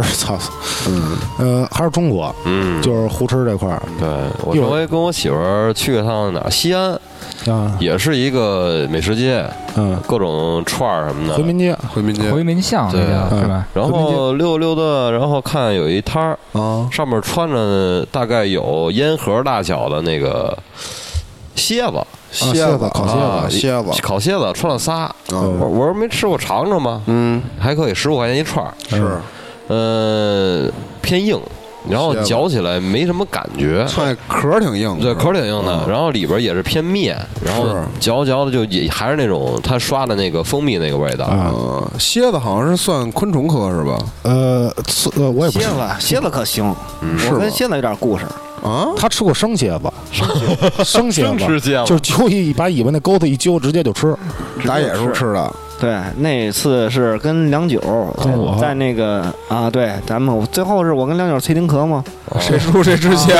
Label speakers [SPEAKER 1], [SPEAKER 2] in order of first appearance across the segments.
[SPEAKER 1] 操，嗯，呃，还是中国，
[SPEAKER 2] 嗯，
[SPEAKER 1] 就是胡吃这块儿
[SPEAKER 2] 对我
[SPEAKER 1] 一会儿
[SPEAKER 2] 上回跟我媳妇儿去了趟哪儿，西安，
[SPEAKER 1] 啊，
[SPEAKER 2] 也是一个美食街，
[SPEAKER 1] 嗯，
[SPEAKER 2] 各种串儿什么的
[SPEAKER 1] 回。民街
[SPEAKER 3] 回民街
[SPEAKER 4] 回民巷
[SPEAKER 2] 对
[SPEAKER 4] 那叫
[SPEAKER 1] 嗯
[SPEAKER 4] 是吧？
[SPEAKER 2] 然后溜达溜达，然后看有一摊儿，
[SPEAKER 3] 啊，
[SPEAKER 2] 上面穿着大概有烟盒大小的那个蝎子，
[SPEAKER 1] 啊
[SPEAKER 3] 蝎
[SPEAKER 1] 子烤
[SPEAKER 2] 啊
[SPEAKER 3] 子，蝎子，
[SPEAKER 2] 烤蝎子，穿了仨。
[SPEAKER 3] 嗯
[SPEAKER 2] 我我说没吃过，尝尝吧，
[SPEAKER 3] 嗯，
[SPEAKER 2] 还可以，十五块钱一串儿，
[SPEAKER 3] 是
[SPEAKER 2] 呃，偏硬，然后
[SPEAKER 3] 蝎子
[SPEAKER 2] 嚼起来没什么感觉，
[SPEAKER 3] 算壳儿挺硬的，
[SPEAKER 2] 对，壳儿挺硬的，
[SPEAKER 3] 嗯
[SPEAKER 2] 然后里边儿也是偏面，然后
[SPEAKER 3] 是
[SPEAKER 2] 嚼嚼的就也还是那种他刷的那个蜂蜜那个味道。
[SPEAKER 1] 啊，
[SPEAKER 3] 嗯，蝎子好像是算昆虫科是吧？
[SPEAKER 1] 呃，刺呃，我也不
[SPEAKER 5] 蝎
[SPEAKER 1] 信。
[SPEAKER 5] 子，蝎子可行，
[SPEAKER 3] 嗯是
[SPEAKER 5] 我跟
[SPEAKER 3] 吗
[SPEAKER 5] 蝎子有点故事。
[SPEAKER 3] 啊，
[SPEAKER 1] 他吃过生蝎子，生蝎
[SPEAKER 2] 生
[SPEAKER 1] 子，
[SPEAKER 2] 吃蝎子
[SPEAKER 1] 就是揪一把尾巴那钩子一揪，直接就吃。
[SPEAKER 3] 打野时候吃的，
[SPEAKER 5] 对，那次是跟梁九在
[SPEAKER 1] 我
[SPEAKER 5] 在那个啊，对，咱们最后是我跟梁九崔丁壳 嘛，
[SPEAKER 3] 谁输谁吃蝎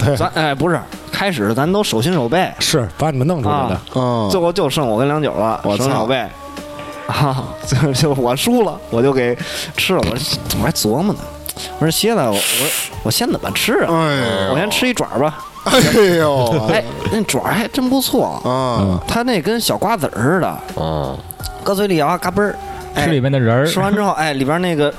[SPEAKER 3] 子
[SPEAKER 5] 咱哎不是，开始咱都手心手背，
[SPEAKER 1] 是把你们弄出来的
[SPEAKER 5] 啊，
[SPEAKER 3] 啊
[SPEAKER 5] 最后就剩我跟梁九了，
[SPEAKER 3] 我
[SPEAKER 5] 手心
[SPEAKER 3] 操
[SPEAKER 5] 手背。啊，就就我输了，我就给吃了。我说我还琢磨呢，我说蝎子，我我我先怎么吃啊？
[SPEAKER 3] 哎
[SPEAKER 5] 我先吃一爪吧。
[SPEAKER 3] 哎呦
[SPEAKER 5] 哎，那爪还真不错，
[SPEAKER 3] 啊，
[SPEAKER 5] 它那跟小瓜子儿似的，
[SPEAKER 2] 嗯，
[SPEAKER 5] 搁嘴里咬啊，嘎嘣儿。哎
[SPEAKER 4] 吃里面的人儿，
[SPEAKER 5] 吃完之后，哎，里边那个，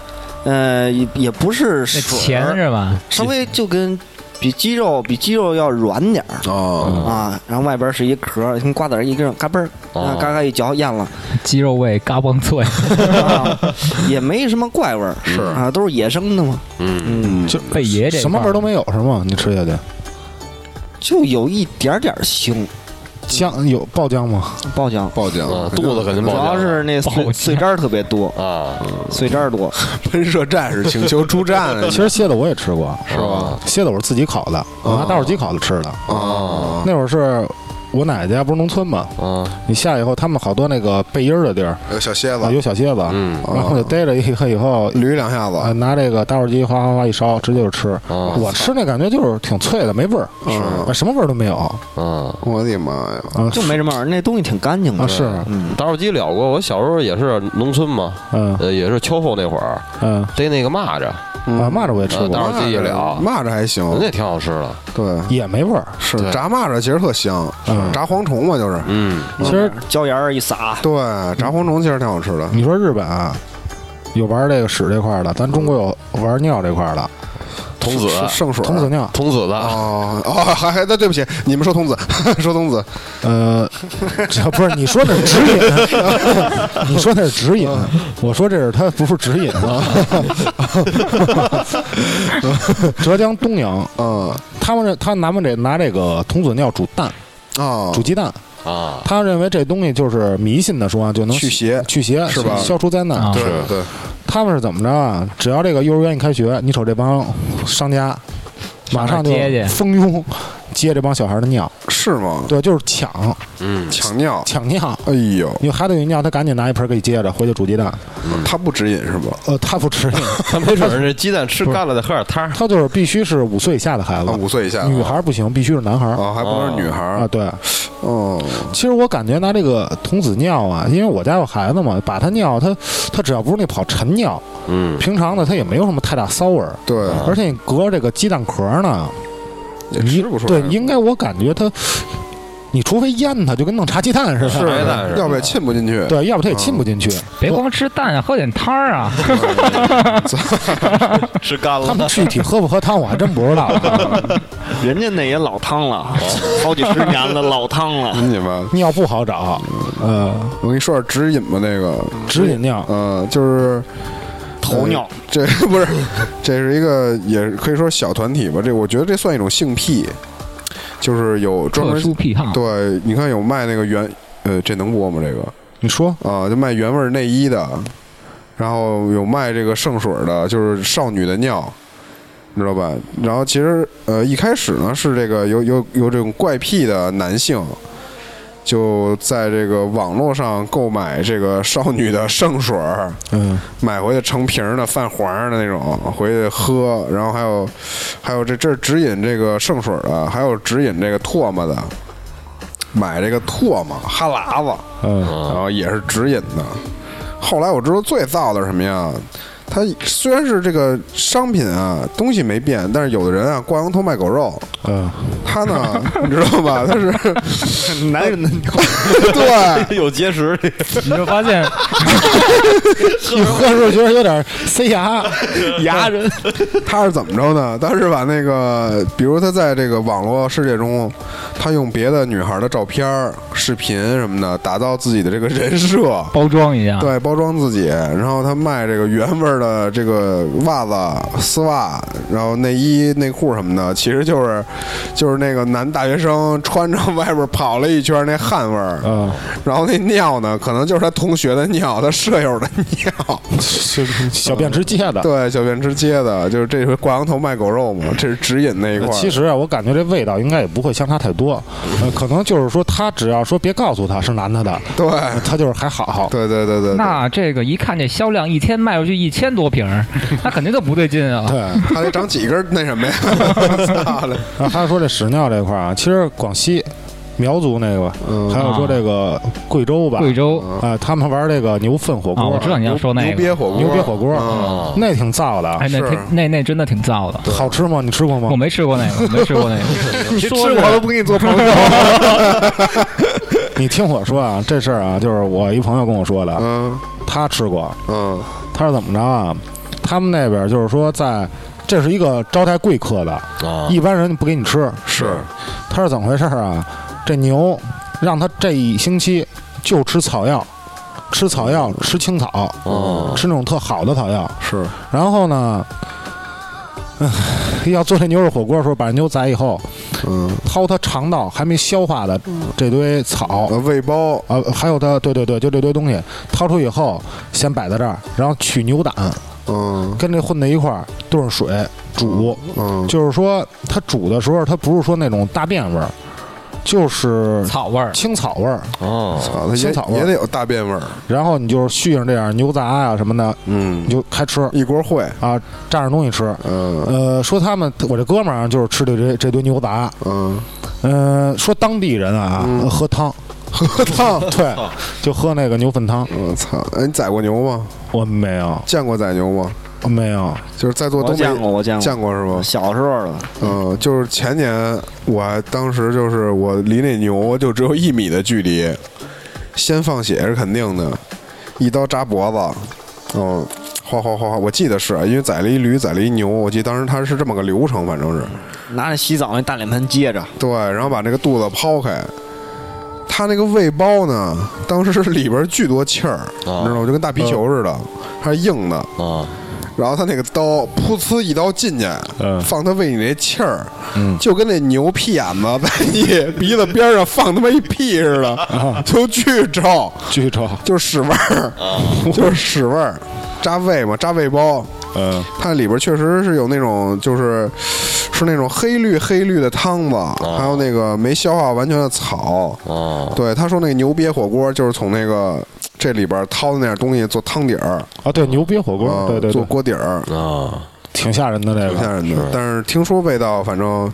[SPEAKER 5] 呃，也也不是
[SPEAKER 4] 那
[SPEAKER 5] 水
[SPEAKER 4] 钱
[SPEAKER 5] 儿，
[SPEAKER 4] 是吧？
[SPEAKER 5] 稍微就跟比鸡肉比鸡肉要软点儿
[SPEAKER 3] 啊，
[SPEAKER 5] 啊，然后外边是一壳儿，跟瓜子儿一个嘎嘣儿，啊
[SPEAKER 2] 哦
[SPEAKER 5] 嘎嘎一嚼咽了，
[SPEAKER 4] 鸡肉味嘎嘣脆，
[SPEAKER 5] 啊 也没什么怪味儿，
[SPEAKER 3] 是
[SPEAKER 5] 啊，都是野生的嘛，
[SPEAKER 2] 嗯，
[SPEAKER 5] 嗯，
[SPEAKER 1] 就
[SPEAKER 4] 贝爷这
[SPEAKER 1] 什么味儿都没有是吗？你吃下去，
[SPEAKER 5] 就有一点点儿腥，
[SPEAKER 1] 姜有爆姜吗？
[SPEAKER 5] 爆浆。
[SPEAKER 3] 报警
[SPEAKER 2] 啊，肚子肯定
[SPEAKER 5] 主
[SPEAKER 2] 爆浆
[SPEAKER 5] 要是那
[SPEAKER 4] 爆浆
[SPEAKER 5] 碎碎渣儿特别多，
[SPEAKER 2] 啊，
[SPEAKER 5] 碎渣儿多，
[SPEAKER 3] 喷射战士请求出 战
[SPEAKER 1] 其实蝎子我也吃过，
[SPEAKER 2] 是吧？
[SPEAKER 1] 蝎子我是自己烤的，我拿打火机烤的吃的。
[SPEAKER 3] 啊，
[SPEAKER 1] 那会儿是我奶奶家不是农村嘛，
[SPEAKER 2] 啊，
[SPEAKER 1] 你下以后他们好多那个背阴儿的地儿
[SPEAKER 3] 有小蝎
[SPEAKER 1] 啊，
[SPEAKER 3] 子
[SPEAKER 1] 有小蝎子，
[SPEAKER 2] 嗯
[SPEAKER 1] 然后就逮着一个以后。
[SPEAKER 3] 捋两下
[SPEAKER 1] 啊，
[SPEAKER 3] 子，
[SPEAKER 1] 拿这个打火机哗哗哗一烧，直接就吃。
[SPEAKER 2] 啊
[SPEAKER 1] 我吃那感觉就是挺脆的，没味儿，
[SPEAKER 3] 是
[SPEAKER 1] 啊什么味儿都没有啊。
[SPEAKER 2] 啊。
[SPEAKER 3] 我的妈呀！
[SPEAKER 5] 就没什么味儿。那东西挺干净的
[SPEAKER 1] 啊，是，
[SPEAKER 5] 嗯，
[SPEAKER 2] 打火机燎过，我小时候也是农村嘛，
[SPEAKER 1] 嗯
[SPEAKER 2] 呃，也是秋后那会儿
[SPEAKER 1] 嗯
[SPEAKER 2] 逮那个蚂蚱，
[SPEAKER 1] 啊，蚂蚱我也吃
[SPEAKER 2] 呃打
[SPEAKER 1] 过，
[SPEAKER 2] 火机一燎，
[SPEAKER 3] 蚂蚱还行，
[SPEAKER 2] 那挺好吃的。
[SPEAKER 3] 对，
[SPEAKER 1] 也没味儿。
[SPEAKER 3] 是
[SPEAKER 2] 对
[SPEAKER 3] 炸蚂蚱其实特香，
[SPEAKER 1] 嗯
[SPEAKER 3] 炸蝗虫嘛就是，
[SPEAKER 2] 嗯，
[SPEAKER 1] 其实
[SPEAKER 5] 椒盐儿一撒，
[SPEAKER 3] 对，炸蝗虫其实挺好吃的。
[SPEAKER 1] 你说日本啊，有玩这个屎这块儿的，咱中国有玩尿这块儿的，
[SPEAKER 2] 童子，
[SPEAKER 3] 是圣水，
[SPEAKER 1] 童子尿。
[SPEAKER 2] 童子的，
[SPEAKER 3] 哦哦，还还那对不起，你们说童子， 说童子，
[SPEAKER 1] 呃，这不是你说那是指引，你说那是指引，我说这是它不是指引啊。浙江东阳，
[SPEAKER 3] 嗯
[SPEAKER 1] 他们这他拿们这拿这个童子尿煮蛋，
[SPEAKER 3] 啊
[SPEAKER 1] 煮，鸡蛋，
[SPEAKER 2] 啊，
[SPEAKER 1] 他认为这东西就是迷信的说啊，就能
[SPEAKER 3] 驱邪
[SPEAKER 1] 驱邪
[SPEAKER 3] 是吧
[SPEAKER 1] 消除灾难
[SPEAKER 4] 啊。
[SPEAKER 3] 对
[SPEAKER 2] 是
[SPEAKER 3] 对，
[SPEAKER 1] 他们是怎么着啊？只要这个幼儿园一开学，你瞅这帮商家，马上就
[SPEAKER 4] 上哪儿接去
[SPEAKER 1] 蜂拥接这帮小孩的尿，
[SPEAKER 3] 是吗？
[SPEAKER 1] 对，就是抢
[SPEAKER 2] 嗯，
[SPEAKER 3] 抢尿，
[SPEAKER 1] 抢尿。
[SPEAKER 3] 哎呦，
[SPEAKER 1] 你孩子有尿，他赶紧拿一盆给接着，回去煮鸡蛋。
[SPEAKER 3] 他不指引是吧？
[SPEAKER 1] 呃，他不 吃，
[SPEAKER 2] 他没准儿这鸡蛋吃干了再喝点汤儿。
[SPEAKER 1] 他就是必须是五岁以下的孩
[SPEAKER 3] 啊，
[SPEAKER 1] 子，
[SPEAKER 3] 五岁以下的
[SPEAKER 1] 嗯女孩不行，必须是男孩。
[SPEAKER 3] 啊，还不能是女孩
[SPEAKER 1] 啊，
[SPEAKER 3] 儿，
[SPEAKER 1] 对，
[SPEAKER 3] 哦，
[SPEAKER 1] 其实我感觉拿这个童子尿啊，因为我家有孩子嘛，把他尿，他他只要不是那跑晨尿，
[SPEAKER 2] 嗯，
[SPEAKER 1] 平常呢他也没有什么太大骚味儿，
[SPEAKER 3] 对，
[SPEAKER 1] 而且你隔这个鸡蛋壳呢，
[SPEAKER 3] 也
[SPEAKER 1] 你
[SPEAKER 3] 吃不出来
[SPEAKER 1] 对，应该我感觉它，你除非腌它，就跟弄茶鸡蛋似
[SPEAKER 2] 是
[SPEAKER 1] 的，
[SPEAKER 2] 白蛋是吧
[SPEAKER 3] 啊要不然浸不进去。
[SPEAKER 1] 对，要不它也浸不进去。
[SPEAKER 4] 别光吃蛋，喝点汤儿啊！
[SPEAKER 2] 吃干
[SPEAKER 1] 他们具体喝不喝汤，我还真不知道 啊。
[SPEAKER 5] 人家那也老汤了，好几十年了，老汤了。
[SPEAKER 3] 你们，
[SPEAKER 1] 尿不好找，呃，
[SPEAKER 3] 我跟你说点指引吧，那个，
[SPEAKER 1] 指引尿，
[SPEAKER 3] 呃，就是
[SPEAKER 5] 头尿，
[SPEAKER 3] 这 不是，这是一个也可以说小团体吧。这我觉得这算一种性癖，就是有专
[SPEAKER 4] 特
[SPEAKER 3] 门
[SPEAKER 4] 殊癖好，
[SPEAKER 3] 对，你看有卖那个原呃，这能播吗？这个
[SPEAKER 1] 你说
[SPEAKER 3] 啊，就卖原味儿内衣的，然后有卖这个圣水儿的，就是少女的尿，你知道吧？然后其实呃，一开始呢是这个有有有这种怪癖的男性。就在这个网络上购买这个少女的圣水儿，
[SPEAKER 1] 嗯，
[SPEAKER 3] 买回去成瓶儿的、泛黄儿的那种，回去喝。然后还有，还有这这是指引这个圣水儿的，还有指引这个唾沫的，买这个唾沫哈喇子，
[SPEAKER 1] 嗯，
[SPEAKER 3] 然后也是指引的。后来我知道最燥的是什么呀？它虽然是这个商品啊，东西没变，但是有的人啊，挂羊头卖狗肉，
[SPEAKER 1] 嗯，
[SPEAKER 3] 他呢，你知道吧？他是
[SPEAKER 5] 男人 的尿，
[SPEAKER 3] 对，
[SPEAKER 2] 有结石，
[SPEAKER 4] 你就发现
[SPEAKER 1] 你喝着觉得有点塞牙，
[SPEAKER 5] 牙人
[SPEAKER 3] 他是怎么着呢？他是把那个，比如他在这个网络世界中，他用别的女孩的照片儿、视频什么的，打造自己的这个人设。
[SPEAKER 4] 包装一下，
[SPEAKER 3] 对，包装自己，然后他卖这个原味儿的这个袜子、丝袜，然后内衣、内裤什么的，其实就是就是那个男大学生穿着外边跑了一圈那汗味儿，
[SPEAKER 1] 啊，
[SPEAKER 3] 然后那尿呢，可能就是他同学的尿，他舍友的尿，
[SPEAKER 1] 是小便之界的。
[SPEAKER 3] 对，小便之街的，就是这回挂羊头卖狗肉 嘛，这是指引那一块儿。
[SPEAKER 1] 其实啊，我感觉这味道应该也不会相差太多，呃，可能就是说他只要说别告诉他是男的的，
[SPEAKER 3] 对，
[SPEAKER 1] 他就是还好。
[SPEAKER 3] 对对对对，
[SPEAKER 4] 那这个一看这销量，一天卖出去一千多瓶儿，那肯定就不对劲啊！
[SPEAKER 1] 对，
[SPEAKER 3] 对他得长几根儿那 什么呀？操嘞
[SPEAKER 1] 然后他说这屎尿这块儿啊，其实广西苗族那个，还有说这个贵州吧，
[SPEAKER 4] 贵州
[SPEAKER 1] 啊，他们玩这个牛粪火
[SPEAKER 4] 啊，
[SPEAKER 1] 锅
[SPEAKER 4] 我，知道你要说那
[SPEAKER 3] 牛憋
[SPEAKER 4] 个，
[SPEAKER 3] 火锅，
[SPEAKER 1] 牛瘪火锅
[SPEAKER 3] 嗯
[SPEAKER 1] 那挺燥的，
[SPEAKER 4] 哎，那挺那那真的挺燥的，
[SPEAKER 1] 好吃吗？你吃过
[SPEAKER 4] 我
[SPEAKER 1] 吗？
[SPEAKER 4] 没吃过那个，我没吃过那个，
[SPEAKER 5] 吃我都不给你做朋友。
[SPEAKER 1] 你听我说啊，这事儿啊，就是我一朋友跟我说的，
[SPEAKER 3] 嗯
[SPEAKER 1] 他吃过，
[SPEAKER 3] 嗯
[SPEAKER 1] 他是怎么着啊？他们那边就是说在。这是一个招待贵客的，
[SPEAKER 2] 啊
[SPEAKER 1] 一般人不给你吃。
[SPEAKER 3] 是，
[SPEAKER 1] 他是怎么回事儿啊？这牛让他这一星期就吃草药，吃草药，吃青草，
[SPEAKER 2] 哦
[SPEAKER 1] 吃那种特好的草药。
[SPEAKER 3] 是，
[SPEAKER 1] 然后呢， 唉要做这牛肉火锅的时候，把牛宰以后，
[SPEAKER 3] 嗯，
[SPEAKER 1] 掏它肠道还没消化的这堆草，
[SPEAKER 3] 呃喂包，
[SPEAKER 1] 啊，还有它，对对对，就这堆东西掏出以后，先摆在这儿，然后取牛胆
[SPEAKER 3] 嗯
[SPEAKER 1] 跟这混在一块儿，兑上水煮。
[SPEAKER 3] 嗯，
[SPEAKER 1] 就是说，它煮的时候，它不是说那种大便味儿，就是
[SPEAKER 4] 草味儿。
[SPEAKER 1] 青草味儿。
[SPEAKER 2] 哦，
[SPEAKER 3] 啊操，它
[SPEAKER 1] 青草味儿
[SPEAKER 3] 也也得有大便味儿，
[SPEAKER 1] 然后你就是续上这样牛杂啊什么的，
[SPEAKER 3] 嗯
[SPEAKER 1] 你，就开吃
[SPEAKER 3] 一锅烩，
[SPEAKER 1] 啊，蘸着东西吃。
[SPEAKER 3] 嗯
[SPEAKER 1] 呃，说他们，我这哥们儿啊就是吃的这这堆牛杂，
[SPEAKER 3] 嗯，
[SPEAKER 1] 嗯，说当地人啊、
[SPEAKER 3] 嗯
[SPEAKER 1] 喝汤，喝汤，对，就喝那个牛粪汤。
[SPEAKER 3] 我操，哎，你宰过牛吗？
[SPEAKER 1] 我没有，
[SPEAKER 3] 见过宰牛吗？
[SPEAKER 1] 我没有，
[SPEAKER 3] 就是在座
[SPEAKER 5] 我
[SPEAKER 3] 都
[SPEAKER 5] 见过，
[SPEAKER 3] 没
[SPEAKER 5] 我见过，
[SPEAKER 3] 见过是吗？
[SPEAKER 5] 小时候了，
[SPEAKER 3] 嗯，就是前年，我还当时就是我离那牛就只有一米的距离，先放血是肯定的，一刀扎脖子，嗯，哗哗哗哗，我记得是因为宰了一驴，宰了一牛，我记得当时它是这么个流程，反正是
[SPEAKER 5] 拿着洗澡那大脸盆接着，
[SPEAKER 3] 对，然后把那个肚子剖开。它那个胃包呢， 当时是里边巨多气儿，
[SPEAKER 2] 啊
[SPEAKER 3] 你知道吗？就跟大皮球似的，它是硬的。
[SPEAKER 2] 啊，
[SPEAKER 3] 然后他那个刀噗呲一刀进去，
[SPEAKER 1] 嗯
[SPEAKER 3] 放他胃里那气儿，
[SPEAKER 1] 嗯
[SPEAKER 3] 就跟那牛屁眼子在你鼻子边上放他妈一屁似的，就巨臭，
[SPEAKER 1] 巨臭，
[SPEAKER 3] 就是屎味儿，就是屎味儿，扎胃嘛，扎胃包，
[SPEAKER 1] 嗯，
[SPEAKER 3] 它里边确实是有那种就是是那种黑绿黑绿的汤子，还有那个没消化完全的草。
[SPEAKER 2] 哦，
[SPEAKER 3] 对，他说那个牛瘪火锅就是从那个这里边掏的那点东西做汤底儿，
[SPEAKER 1] 啊，对，牛瘪火锅，
[SPEAKER 3] 啊
[SPEAKER 1] 对对
[SPEAKER 3] 做
[SPEAKER 1] 对，
[SPEAKER 3] 锅底儿，
[SPEAKER 2] 啊，
[SPEAKER 1] 挺吓人的这
[SPEAKER 3] 挺吓
[SPEAKER 1] 个。
[SPEAKER 3] 人的。但是听说味道，反正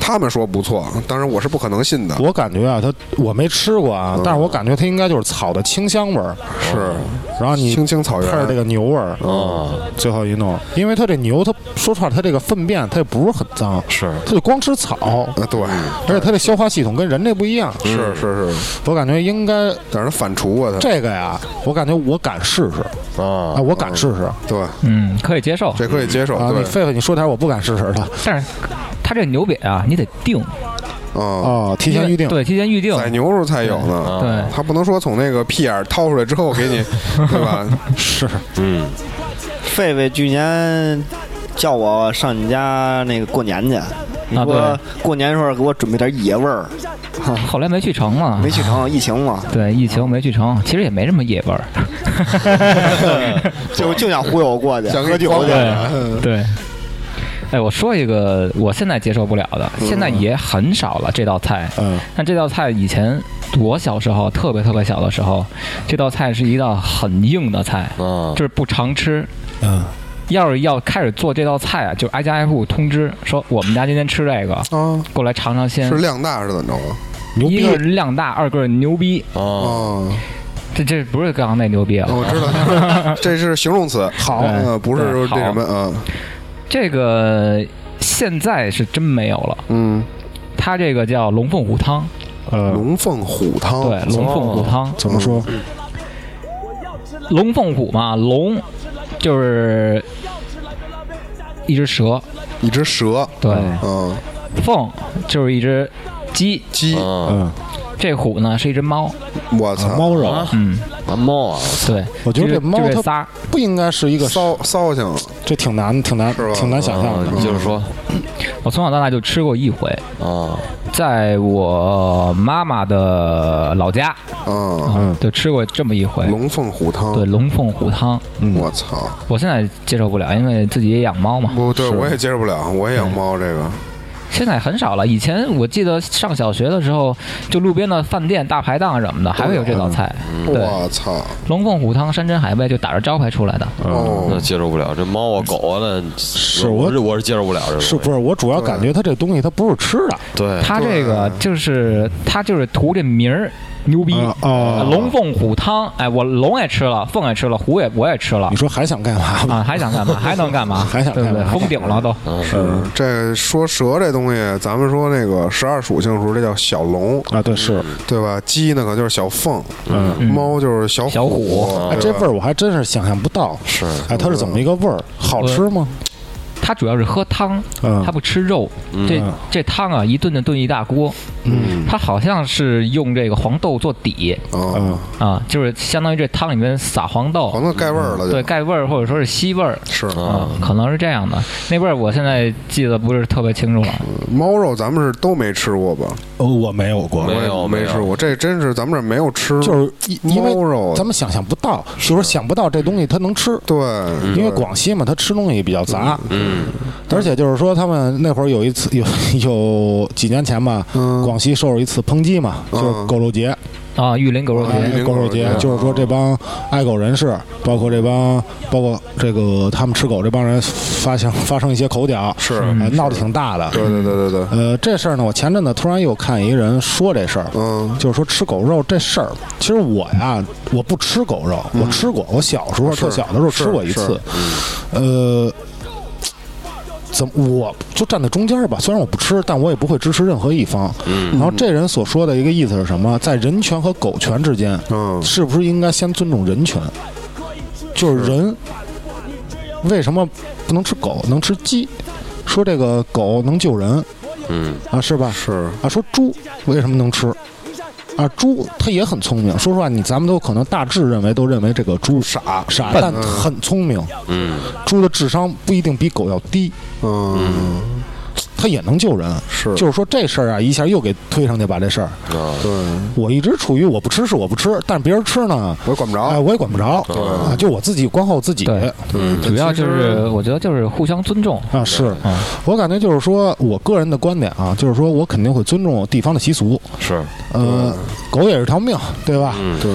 [SPEAKER 3] 他们说不错，当然我是不可能信的。
[SPEAKER 1] 我感觉啊，它我没吃过啊，但是我感觉它应该就是草的清香味儿，
[SPEAKER 3] 嗯是嗯
[SPEAKER 1] 然后你
[SPEAKER 3] 青青草
[SPEAKER 1] 配着这
[SPEAKER 3] 原，
[SPEAKER 1] 个牛味儿，
[SPEAKER 2] 哦，
[SPEAKER 1] 最后一弄，因为它这牛，它说实话，它这个粪便它也不是很脏，
[SPEAKER 2] 是
[SPEAKER 1] 它就光吃草，
[SPEAKER 3] 啊，对，
[SPEAKER 1] 而且它这消化系统跟人这不一样，
[SPEAKER 3] 是是是，
[SPEAKER 1] 我感觉应该
[SPEAKER 3] 但是他反刍啊，他
[SPEAKER 1] 这个呀，我感觉我敢试试，
[SPEAKER 2] 啊
[SPEAKER 1] 啊，，我敢试试
[SPEAKER 3] 对，
[SPEAKER 4] 嗯，可以接受，
[SPEAKER 3] 这可以接受，
[SPEAKER 1] 啊！
[SPEAKER 3] 嗯对
[SPEAKER 1] 你，狒狒，你说点我不敢试试的
[SPEAKER 4] 但是它这牛瘪啊，你得定，
[SPEAKER 3] 啊，
[SPEAKER 1] 哦，提前预定，
[SPEAKER 4] 对，提前预定，
[SPEAKER 3] 宰牛时候才有呢。
[SPEAKER 4] 对，
[SPEAKER 3] 他不能说从那个屁眼儿掏出来之后给你，对吧？
[SPEAKER 1] 是
[SPEAKER 2] 嗯，
[SPEAKER 5] 狒狒去年叫我上你家那个过年去，你
[SPEAKER 4] 啊
[SPEAKER 5] 说
[SPEAKER 4] 对
[SPEAKER 5] 过年时候给我准备点野味儿，
[SPEAKER 4] 后来没去成嘛
[SPEAKER 5] 没，去成，疫情嘛，
[SPEAKER 4] 对，疫情没去成，其实也没什么野味儿，
[SPEAKER 5] 就就想忽悠我过去
[SPEAKER 3] 想
[SPEAKER 5] 喝酒去。
[SPEAKER 3] 啊
[SPEAKER 4] 对对。哎，我说一个我现在接受不了的，现在也很少了这道菜。
[SPEAKER 1] 嗯，
[SPEAKER 4] 但这道菜以前我小时候特别特别小的时候，这道菜是一道很硬的菜，
[SPEAKER 2] 啊
[SPEAKER 4] 就，是不常吃。
[SPEAKER 1] 嗯，
[SPEAKER 4] 要是要开始做这道菜啊，就挨家挨户通知说我们家今天吃这个，
[SPEAKER 1] 哦
[SPEAKER 3] 啊，
[SPEAKER 4] 过来尝尝鲜
[SPEAKER 3] 是。量大是怎么着啊？
[SPEAKER 1] 牛
[SPEAKER 4] 一
[SPEAKER 1] 逼
[SPEAKER 4] 个是量大，二个是牛逼。
[SPEAKER 2] 啊，
[SPEAKER 3] 啊，
[SPEAKER 4] 这这不是刚刚那牛逼啊！
[SPEAKER 1] 哦
[SPEAKER 3] 嗯我知道， 这是形容词，
[SPEAKER 1] 好
[SPEAKER 3] 呃，不是说这什么，嗯
[SPEAKER 4] 这个现在是真没有了，
[SPEAKER 3] 嗯，
[SPEAKER 4] 它这个叫龙凤虎汤，
[SPEAKER 1] 呃，
[SPEAKER 3] 龙凤虎汤，
[SPEAKER 1] 哦
[SPEAKER 4] 对，龙凤虎汤，
[SPEAKER 1] 怎么说？
[SPEAKER 4] 龙凤虎嘛，龙就是一只蛇，
[SPEAKER 3] 一只蛇，
[SPEAKER 4] 对，
[SPEAKER 1] 哦
[SPEAKER 3] 嗯，
[SPEAKER 4] 凤就是一只鸡，
[SPEAKER 3] 鸡，
[SPEAKER 2] 嗯，
[SPEAKER 1] 嗯，
[SPEAKER 4] 这虎呢是一只猫，
[SPEAKER 3] 我操，
[SPEAKER 1] 猫肉，
[SPEAKER 4] 嗯，
[SPEAKER 2] 啊猫啊，
[SPEAKER 4] 对，
[SPEAKER 1] 我觉得这
[SPEAKER 4] 就是
[SPEAKER 1] 猫
[SPEAKER 4] 就
[SPEAKER 1] 它
[SPEAKER 4] 这仨，
[SPEAKER 1] 不应该是一个，
[SPEAKER 3] 骚骚性，
[SPEAKER 1] 这挺难，挺难
[SPEAKER 3] 是吧，
[SPEAKER 1] 挺难想象
[SPEAKER 2] 啊
[SPEAKER 1] 的。
[SPEAKER 2] 就是说
[SPEAKER 4] 我从小到大就吃过一回，
[SPEAKER 2] 啊，
[SPEAKER 4] 在我妈妈的老家，
[SPEAKER 3] 嗯，
[SPEAKER 1] 嗯
[SPEAKER 4] 啊，就吃过这么一回，
[SPEAKER 3] 龙凤虎汤
[SPEAKER 4] 对，，龙凤虎汤，
[SPEAKER 1] 嗯
[SPEAKER 3] 我操，
[SPEAKER 4] 我现在接受不了，因为自己也养猫嘛，
[SPEAKER 3] 不对，我也接受不了，我也养猫这个，
[SPEAKER 4] 现在很少了。以前我记得上小学的时候，就路边的饭店、大排档什么的，还会有这道菜。
[SPEAKER 1] 嗯
[SPEAKER 4] 对，
[SPEAKER 3] 我操，
[SPEAKER 4] 龙凤虎汤、山珍海味就打着招牌出来的。
[SPEAKER 1] 嗯
[SPEAKER 2] 那
[SPEAKER 3] 哦，
[SPEAKER 2] 接受不了这猫啊狗啊那，是
[SPEAKER 1] 我
[SPEAKER 2] 是我是接受不了这
[SPEAKER 1] 是
[SPEAKER 2] 东西
[SPEAKER 1] 不是？我主要感觉它这东西它不是吃的，
[SPEAKER 2] 对，
[SPEAKER 4] 它这个就是它就是图这名儿牛逼。
[SPEAKER 1] 啊哦
[SPEAKER 4] 龙凤虎汤，哎，我龙也吃了，凤也吃了，虎也我也吃了
[SPEAKER 1] 你，说还想干嘛吧？
[SPEAKER 4] 啊，还想干嘛？还能干嘛？
[SPEAKER 1] 还想
[SPEAKER 4] 啊对
[SPEAKER 1] 干嘛
[SPEAKER 4] 不对？封顶了都。
[SPEAKER 2] 嗯
[SPEAKER 3] 嗯这说蛇这东西，咱们说那个十二属性的时候，这叫小龙，
[SPEAKER 1] 啊，对，是，
[SPEAKER 3] 对吧？鸡呢可能就是小凤，
[SPEAKER 1] 嗯，
[SPEAKER 4] 嗯
[SPEAKER 3] 猫就是小
[SPEAKER 4] 小虎
[SPEAKER 1] 哎，这
[SPEAKER 3] 对吧
[SPEAKER 1] 味儿我还真是想象不到，
[SPEAKER 2] 是
[SPEAKER 1] 哎，它是怎么一个味儿？好吃吗？
[SPEAKER 4] 它主要是喝汤，
[SPEAKER 1] 嗯
[SPEAKER 4] 它不吃肉。这
[SPEAKER 1] 嗯
[SPEAKER 4] 这汤啊，一炖就炖一大锅。
[SPEAKER 1] 嗯
[SPEAKER 4] 它好像是用这个黄豆做底
[SPEAKER 3] 嗯，
[SPEAKER 1] 嗯
[SPEAKER 4] 啊，就是相当于这汤里面撒黄
[SPEAKER 3] 黄
[SPEAKER 4] 豆，
[SPEAKER 3] 豆哦盖味儿了就，
[SPEAKER 4] 对，盖味儿或者说是吸味儿。
[SPEAKER 3] 是
[SPEAKER 4] 啊
[SPEAKER 2] 啊，，
[SPEAKER 4] 可能是这样的。那味儿我现在记得不是特别清楚了。
[SPEAKER 3] 猫肉咱们是都没吃过吧？
[SPEAKER 6] 哦，我没有过
[SPEAKER 2] 没有
[SPEAKER 3] 我也没吃
[SPEAKER 2] 没
[SPEAKER 3] 过，这真是咱们这没有吃，
[SPEAKER 1] 就是一因为
[SPEAKER 3] 猫肉，
[SPEAKER 1] 咱们想象不到，就是想不到这东西它能吃。
[SPEAKER 3] 对，
[SPEAKER 1] 因为广西嘛，它吃东西比较杂，
[SPEAKER 2] 嗯，
[SPEAKER 1] 而且就是说，他们那会儿有一次有 有几年前吧，
[SPEAKER 3] 嗯
[SPEAKER 1] 广西受了一次抨击嘛，
[SPEAKER 3] 嗯
[SPEAKER 1] 就是狗肉节，
[SPEAKER 4] 啊，玉林狗肉
[SPEAKER 1] 哎
[SPEAKER 4] 节，
[SPEAKER 3] 林
[SPEAKER 1] 狗肉节
[SPEAKER 3] 狗肉节
[SPEAKER 1] 就是说这帮爱狗人士，包括这帮包括这个他们吃狗这帮人发生发生一些口角，
[SPEAKER 3] 是，
[SPEAKER 1] 哎闹得挺大的。
[SPEAKER 3] 嗯对对对对对，
[SPEAKER 1] 呃，这事儿呢，我前阵子突然又看一个人说这事儿，
[SPEAKER 3] 嗯，
[SPEAKER 1] 就是说吃狗肉这事儿，其实我呀，我不吃狗肉，我吃过，我小时候
[SPEAKER 3] 嗯是
[SPEAKER 1] 特小的时候
[SPEAKER 3] 是
[SPEAKER 1] 吃过一次，呃。怎么？我就站在中间儿吧。虽然我不吃，但我也不会支持任何一方。
[SPEAKER 3] 嗯
[SPEAKER 1] 然后这人所说的一个意思是什么？在人权和狗权之间，
[SPEAKER 3] 嗯
[SPEAKER 1] 是不是应该先尊重人权？就是人为什么不能吃狗，能吃鸡？说这个狗能救人，
[SPEAKER 2] 嗯
[SPEAKER 1] 啊，是吧？
[SPEAKER 3] 是，
[SPEAKER 1] 啊，说猪为什么能吃？啊，猪它也很聪明。说实话，你咱们都可能大致认为都认为这个猪傻傻，但很聪明。
[SPEAKER 2] 嗯，
[SPEAKER 1] 猪的智商不一定比狗要低，
[SPEAKER 3] 嗯，
[SPEAKER 1] 它也能救人。
[SPEAKER 3] 是，
[SPEAKER 1] 就是说这事儿啊，一下又给推上去把这事儿。
[SPEAKER 2] 啊，
[SPEAKER 3] 对，
[SPEAKER 1] 我一直处于我不吃是我不吃，但别人吃呢，
[SPEAKER 3] 我也管不
[SPEAKER 1] 哎，
[SPEAKER 3] 着，
[SPEAKER 1] 我也管不着，啊，就我自己管好我自己。
[SPEAKER 4] 对
[SPEAKER 3] 嗯，
[SPEAKER 4] 主要就是我觉得就是互相尊重。
[SPEAKER 1] 啊，是
[SPEAKER 4] 嗯
[SPEAKER 1] 我感觉就是说，我个人的观点啊，就是说我肯定会尊重地方的习俗，
[SPEAKER 2] 是，
[SPEAKER 1] 呃，狗也是条命，对吧？
[SPEAKER 2] 嗯，
[SPEAKER 3] 对，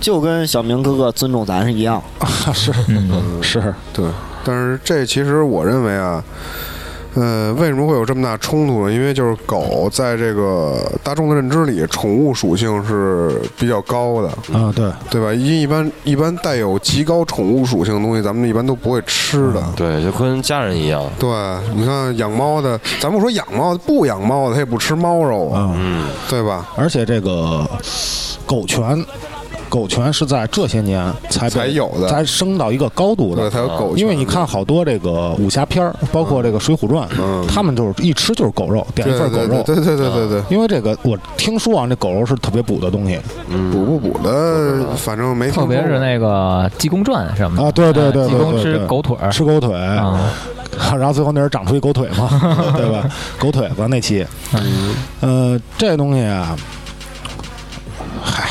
[SPEAKER 5] 就跟小明哥哥尊重咱是一样。
[SPEAKER 1] 啊，是
[SPEAKER 4] 嗯
[SPEAKER 1] 是，
[SPEAKER 3] 对，但是这其实我认为啊，呃，为什么会有这么大冲突呢？因为就是狗在这个大众的认知里，宠物属性是比较高的，
[SPEAKER 1] 啊，对，
[SPEAKER 3] 对吧？一一般一般带有极高宠物属性的东西，咱们一般都不会吃
[SPEAKER 1] 嗯
[SPEAKER 3] 的。
[SPEAKER 2] 对，就跟家人一样，
[SPEAKER 3] 对，你看养猫的，咱不说养猫的，不养猫的，它也不吃猫肉啊，
[SPEAKER 1] 嗯。
[SPEAKER 2] 嗯
[SPEAKER 3] 对吧？
[SPEAKER 1] 而且这个狗权，狗权是在这些年才被
[SPEAKER 3] 才有的
[SPEAKER 1] 哎才升到一个高度
[SPEAKER 3] 对，
[SPEAKER 1] 的。
[SPEAKER 3] 才有狗。
[SPEAKER 1] 因为你，看好多这个武侠片儿，包括这个《水浒传》
[SPEAKER 3] 嗯
[SPEAKER 1] 他们就是一吃就是狗肉，点一
[SPEAKER 3] 对
[SPEAKER 1] 份狗
[SPEAKER 3] 对
[SPEAKER 1] 肉
[SPEAKER 3] 对。对对对对对，
[SPEAKER 1] 因为这个，我听说啊，这狗肉是特别补的东西
[SPEAKER 3] 补不补的，反正没听
[SPEAKER 4] 特别
[SPEAKER 3] 说
[SPEAKER 4] 是
[SPEAKER 3] 过
[SPEAKER 4] 那个《济公传》什么的
[SPEAKER 1] 啊。对对
[SPEAKER 4] 哎
[SPEAKER 1] 对
[SPEAKER 4] 济
[SPEAKER 1] 对
[SPEAKER 4] 公
[SPEAKER 1] 对
[SPEAKER 4] 吃
[SPEAKER 1] 对，
[SPEAKER 4] 狗腿儿
[SPEAKER 1] 吃狗腿，
[SPEAKER 4] 哎啊，
[SPEAKER 1] 然后最后那人长出一狗腿嘛，对吧？狗腿子那期，呃，这东西啊，嗨，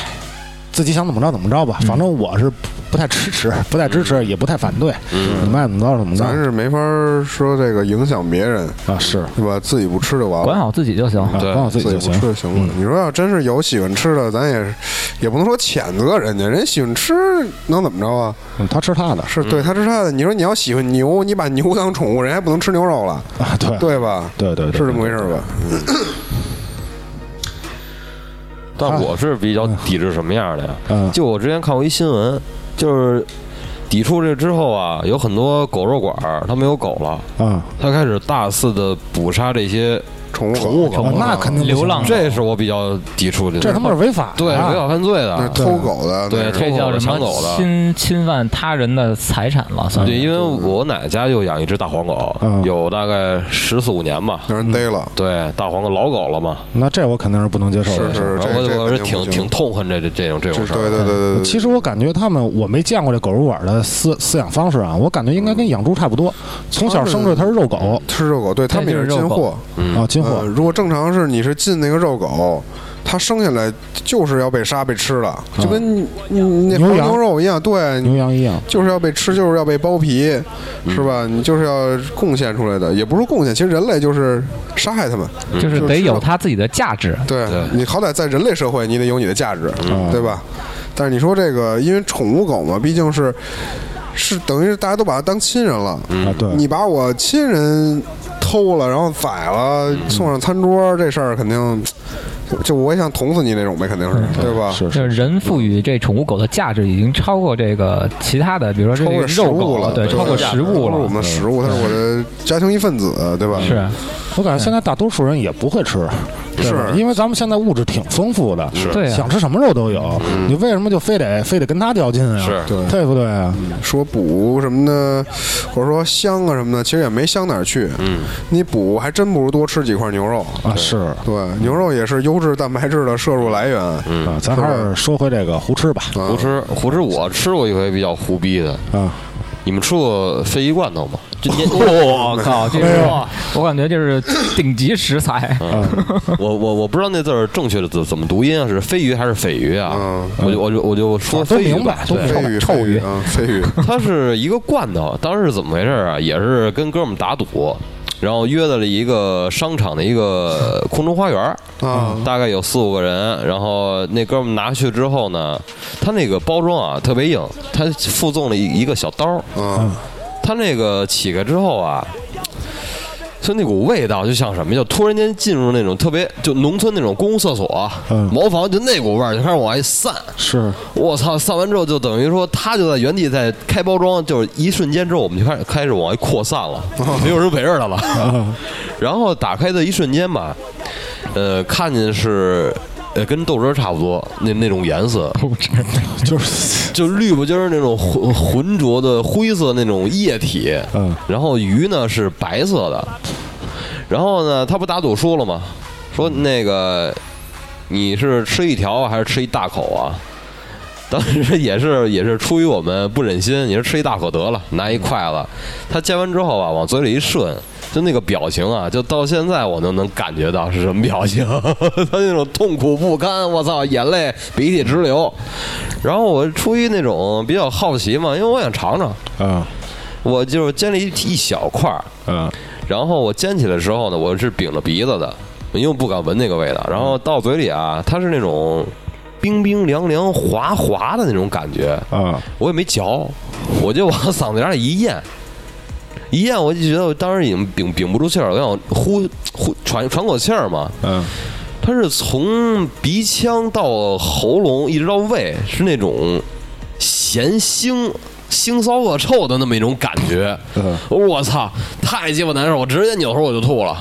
[SPEAKER 1] 自己想怎么着怎么着吧，反正我是不太支持，不太支持，也不太反对，
[SPEAKER 2] 嗯
[SPEAKER 1] 你们爱怎么着怎么
[SPEAKER 3] 咱
[SPEAKER 1] 着
[SPEAKER 3] 是没法说这个影响别人，
[SPEAKER 1] 啊，是，
[SPEAKER 3] 对吧？自己不吃就完
[SPEAKER 4] 管
[SPEAKER 3] 了，
[SPEAKER 4] 好自己就行。
[SPEAKER 1] 啊
[SPEAKER 2] 对
[SPEAKER 1] 管好自己就
[SPEAKER 3] 己不
[SPEAKER 1] 行嗯
[SPEAKER 3] 吃。就行了。你说要真是有喜欢吃的，咱也是也不能说谴责人家，人喜欢吃能怎么着啊？
[SPEAKER 1] 嗯他吃他的
[SPEAKER 3] 是对他吃他的。你说你要喜欢牛，你把牛当宠物，人还不能吃牛肉了，
[SPEAKER 1] 啊，对
[SPEAKER 3] 对吧？
[SPEAKER 1] 对对对，
[SPEAKER 3] 是这么回事吧？
[SPEAKER 2] 但我是比较抵制什么样的呀？
[SPEAKER 1] 嗯
[SPEAKER 2] 就我之前看过一新闻，就是抵触这之后啊，有很多狗肉馆儿它没有狗了，
[SPEAKER 1] 啊，
[SPEAKER 2] 它开始大肆的捕杀这些，
[SPEAKER 3] 宠物啊
[SPEAKER 1] 宠物
[SPEAKER 4] 宠
[SPEAKER 1] 狗啊
[SPEAKER 4] 物
[SPEAKER 1] 那肯定不行
[SPEAKER 4] 流浪
[SPEAKER 2] 这是我比较抵触的。
[SPEAKER 1] 这他妈是违法啊的，
[SPEAKER 2] 啊对违法犯罪
[SPEAKER 3] 啊那
[SPEAKER 2] 的，
[SPEAKER 3] 偷狗的，
[SPEAKER 2] 对
[SPEAKER 3] 那是
[SPEAKER 4] 这叫什
[SPEAKER 2] 抢走
[SPEAKER 4] 么
[SPEAKER 2] 了
[SPEAKER 4] 侵侵犯他人的财产了？算
[SPEAKER 2] 对，
[SPEAKER 4] 是
[SPEAKER 2] 因为我奶家就养一只大黄狗
[SPEAKER 1] 嗯，
[SPEAKER 2] 有大概十四五年吧。
[SPEAKER 3] 让人逮了。
[SPEAKER 2] 对，大黄狗老狗了嘛，
[SPEAKER 1] 那这我肯定是不能接受的。
[SPEAKER 3] 是
[SPEAKER 2] 然后
[SPEAKER 3] 这这
[SPEAKER 2] 我我是
[SPEAKER 3] 肯定
[SPEAKER 2] 挺
[SPEAKER 3] 不行
[SPEAKER 2] 挺痛恨这这这种这
[SPEAKER 3] 这
[SPEAKER 2] 种
[SPEAKER 3] 对
[SPEAKER 2] 事儿。
[SPEAKER 3] 对对对对，
[SPEAKER 1] 其实我感觉他们，我没见过这狗肉馆的饲饲养方式啊，我感觉应该跟养猪差不多，从小生出来它是肉狗
[SPEAKER 3] 吃肉狗，对他们也是进货。
[SPEAKER 2] 嗯
[SPEAKER 1] 啊，进货
[SPEAKER 3] 呃，如果正常是你是进那个肉狗，它生下来就是要被杀被吃的，就跟你你那
[SPEAKER 1] 啊牛
[SPEAKER 3] 黄
[SPEAKER 1] 羊
[SPEAKER 3] 牛肉一样，对，
[SPEAKER 1] 牛羊一样。
[SPEAKER 3] 就是要被吃，就是要被剥皮，是吧？你就是要贡献出来的，也不是贡献，其实人类就是杀害他们。
[SPEAKER 4] 就是得有他自己的价值。
[SPEAKER 3] 对
[SPEAKER 2] 对
[SPEAKER 3] 你好歹在人类社会，你得有你的价值，
[SPEAKER 4] 嗯
[SPEAKER 3] 对吧？但是你说这个，因为宠物狗嘛，毕竟是是等于是大家都把它当亲人了。
[SPEAKER 4] 嗯
[SPEAKER 1] 啊，对，
[SPEAKER 3] 你把我亲人偷了，然后宰了，
[SPEAKER 4] 嗯
[SPEAKER 3] 送上餐桌，这事儿肯定就我也想捅死你那种呗，肯定是，对吧？
[SPEAKER 1] 是
[SPEAKER 4] 嗯就是人赋予这宠物狗的价值已经超过这个其他的，比如说
[SPEAKER 3] 超
[SPEAKER 4] 这个
[SPEAKER 3] 过食
[SPEAKER 4] 肉
[SPEAKER 3] 物
[SPEAKER 4] 狗
[SPEAKER 3] 了，
[SPEAKER 4] 对，
[SPEAKER 3] 吧
[SPEAKER 4] 超过食物
[SPEAKER 3] 它不是我们
[SPEAKER 4] 了嗯
[SPEAKER 3] 的。食物，它是我的家庭一份子，对吧？
[SPEAKER 4] 是，
[SPEAKER 1] 我感觉现在大多数人也不会吃，对吧
[SPEAKER 3] 是
[SPEAKER 1] 因为咱们现在物质挺丰富的，
[SPEAKER 4] 对啊
[SPEAKER 1] 想吃什么肉都有，你为什么就非得非得跟它较劲啊？
[SPEAKER 2] 是
[SPEAKER 3] 对嗯
[SPEAKER 1] 对不对啊？
[SPEAKER 3] 说补什么的，或者说香啊什么的，其实也没香哪儿去。嗯，你补还真不如多吃几块牛肉。
[SPEAKER 1] 啊，是
[SPEAKER 3] 对，牛肉也是优质蛋白质的摄入来源。
[SPEAKER 2] 嗯
[SPEAKER 1] 啊，咱还是说回这个胡吃吧，
[SPEAKER 2] 胡吃
[SPEAKER 3] 啊
[SPEAKER 2] 胡吃，我吃过一回比较胡逼的。
[SPEAKER 1] 啊，
[SPEAKER 2] 你们吃过鲱鱼罐头吗？就腌
[SPEAKER 4] 我靠，这
[SPEAKER 1] 哎
[SPEAKER 4] 是
[SPEAKER 1] 呦
[SPEAKER 4] 我感觉这是顶级食材。
[SPEAKER 2] 我我我不知道那字儿正确的怎怎么读音啊，是飞鱼还是鲱鱼啊？
[SPEAKER 3] 嗯
[SPEAKER 2] 我就我就我就说
[SPEAKER 1] 啊都
[SPEAKER 2] 飞鱼
[SPEAKER 1] 明
[SPEAKER 2] 吧
[SPEAKER 1] 白，都
[SPEAKER 2] 对
[SPEAKER 1] 明白
[SPEAKER 3] 飞鱼，
[SPEAKER 4] 臭鱼
[SPEAKER 3] 飞鱼啊，飞鱼。
[SPEAKER 2] 它是一个罐头，当时是怎么回事儿啊？也是跟哥们儿打赌，然后约在了一个商场的一个空中花园儿
[SPEAKER 3] 啊
[SPEAKER 2] 大概有四五个人。然后那哥们儿拿去之后呢，他那个包装啊特别硬，他附赠了一一个小刀儿，
[SPEAKER 3] 嗯，
[SPEAKER 2] 他那个起开之后啊。就那股味道，就像什么，就突然间进入那种特别就农村那种公共厕所、
[SPEAKER 1] 嗯
[SPEAKER 2] 茅房，就那股味儿就开始往外散。
[SPEAKER 1] 是
[SPEAKER 2] 我操！散完之后就等于说，他就在原地在开包装，就是一瞬间之后，我们就开始开始往外扩散了，没有人围着他了。然后打开的一瞬间吧，呃，看见是呃跟豆汁儿差不多那那种颜色，
[SPEAKER 1] 就是
[SPEAKER 2] 就绿不筋儿那种浑浑浊的灰色那种液体，
[SPEAKER 1] 嗯
[SPEAKER 2] 然后鱼呢是白色的，然后呢他不打赌输了吗？说那个你是吃一条啊还是吃一大口啊？当时也是也是出于我们不忍心，你说吃一大口得了，拿一筷子，他煎完之后啊，往嘴里一顺，就那个表情啊，就到现在我都能感觉到是什么表情， 他那种痛苦不堪，我操，眼泪鼻涕直流。然后我出于那种比较好奇嘛，因为我想尝尝，
[SPEAKER 1] 啊
[SPEAKER 2] 我就是煎了一一小块儿，
[SPEAKER 1] 啊
[SPEAKER 2] 然后我煎起来的时候呢，我是秉着鼻子的，因为我不敢闻那个味道。然后到嘴里啊，它是那种冰冰凉凉、滑滑的那种感觉，
[SPEAKER 1] 啊，
[SPEAKER 2] 我也没嚼，我就往嗓子眼里一咽，一咽我就觉得我当时已经屏屏不住气儿了，我想呼呼喘喘口气儿嘛。
[SPEAKER 1] 嗯
[SPEAKER 2] 它是从鼻腔到喉咙一直到胃，是那种咸腥、腥骚恶臭的那么一种感觉。
[SPEAKER 1] 嗯，
[SPEAKER 2] 我操，太鸡巴难受！我直接扭头我就吐了。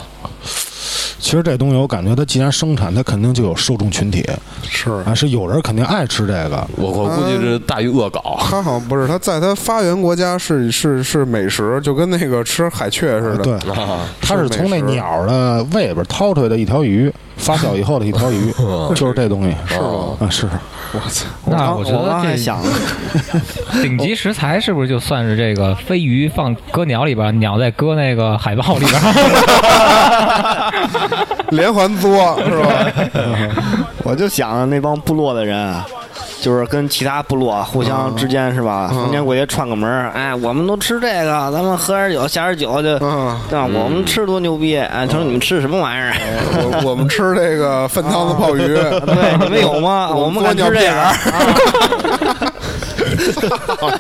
[SPEAKER 1] 其实这东西我感觉它既然生产，它肯定就有受众群体
[SPEAKER 3] 是。
[SPEAKER 1] 啊，是有人肯定爱吃这个，
[SPEAKER 2] 我我估计这大于恶搞。
[SPEAKER 3] 它好像不是，它在它发源国家是是是美食，就跟那个吃海雀似的。
[SPEAKER 1] 对，
[SPEAKER 2] 啊，
[SPEAKER 1] 它是从那鸟的胃边掏出来的一条鱼，发酵以后的一条鱼，就是这东西，是
[SPEAKER 2] 吗
[SPEAKER 1] 啊，是
[SPEAKER 3] 我操，
[SPEAKER 4] 那
[SPEAKER 5] 我
[SPEAKER 4] 觉得
[SPEAKER 5] 刚还
[SPEAKER 4] 这
[SPEAKER 5] 想呢，
[SPEAKER 4] 顶级食材是不是就算是这个飞鱼放搁鸟里边儿，鸟再搁那个海豹里边儿？
[SPEAKER 3] 连环作是吧？
[SPEAKER 5] 我就想那帮部落的人啊，就是跟其他部落啊互相之间是吧，
[SPEAKER 3] 嗯
[SPEAKER 5] 逢年过节串个门儿，哎，我们都吃这个，咱们喝点酒，下点酒就，
[SPEAKER 3] 嗯嗯
[SPEAKER 5] 对吧？我们吃多牛逼！哎，他说你们吃什么玩意儿？
[SPEAKER 3] 我我们吃这个粪汤子泡鱼，
[SPEAKER 5] 对，
[SPEAKER 3] 嗯
[SPEAKER 5] 你们有吗？我们敢吃这个。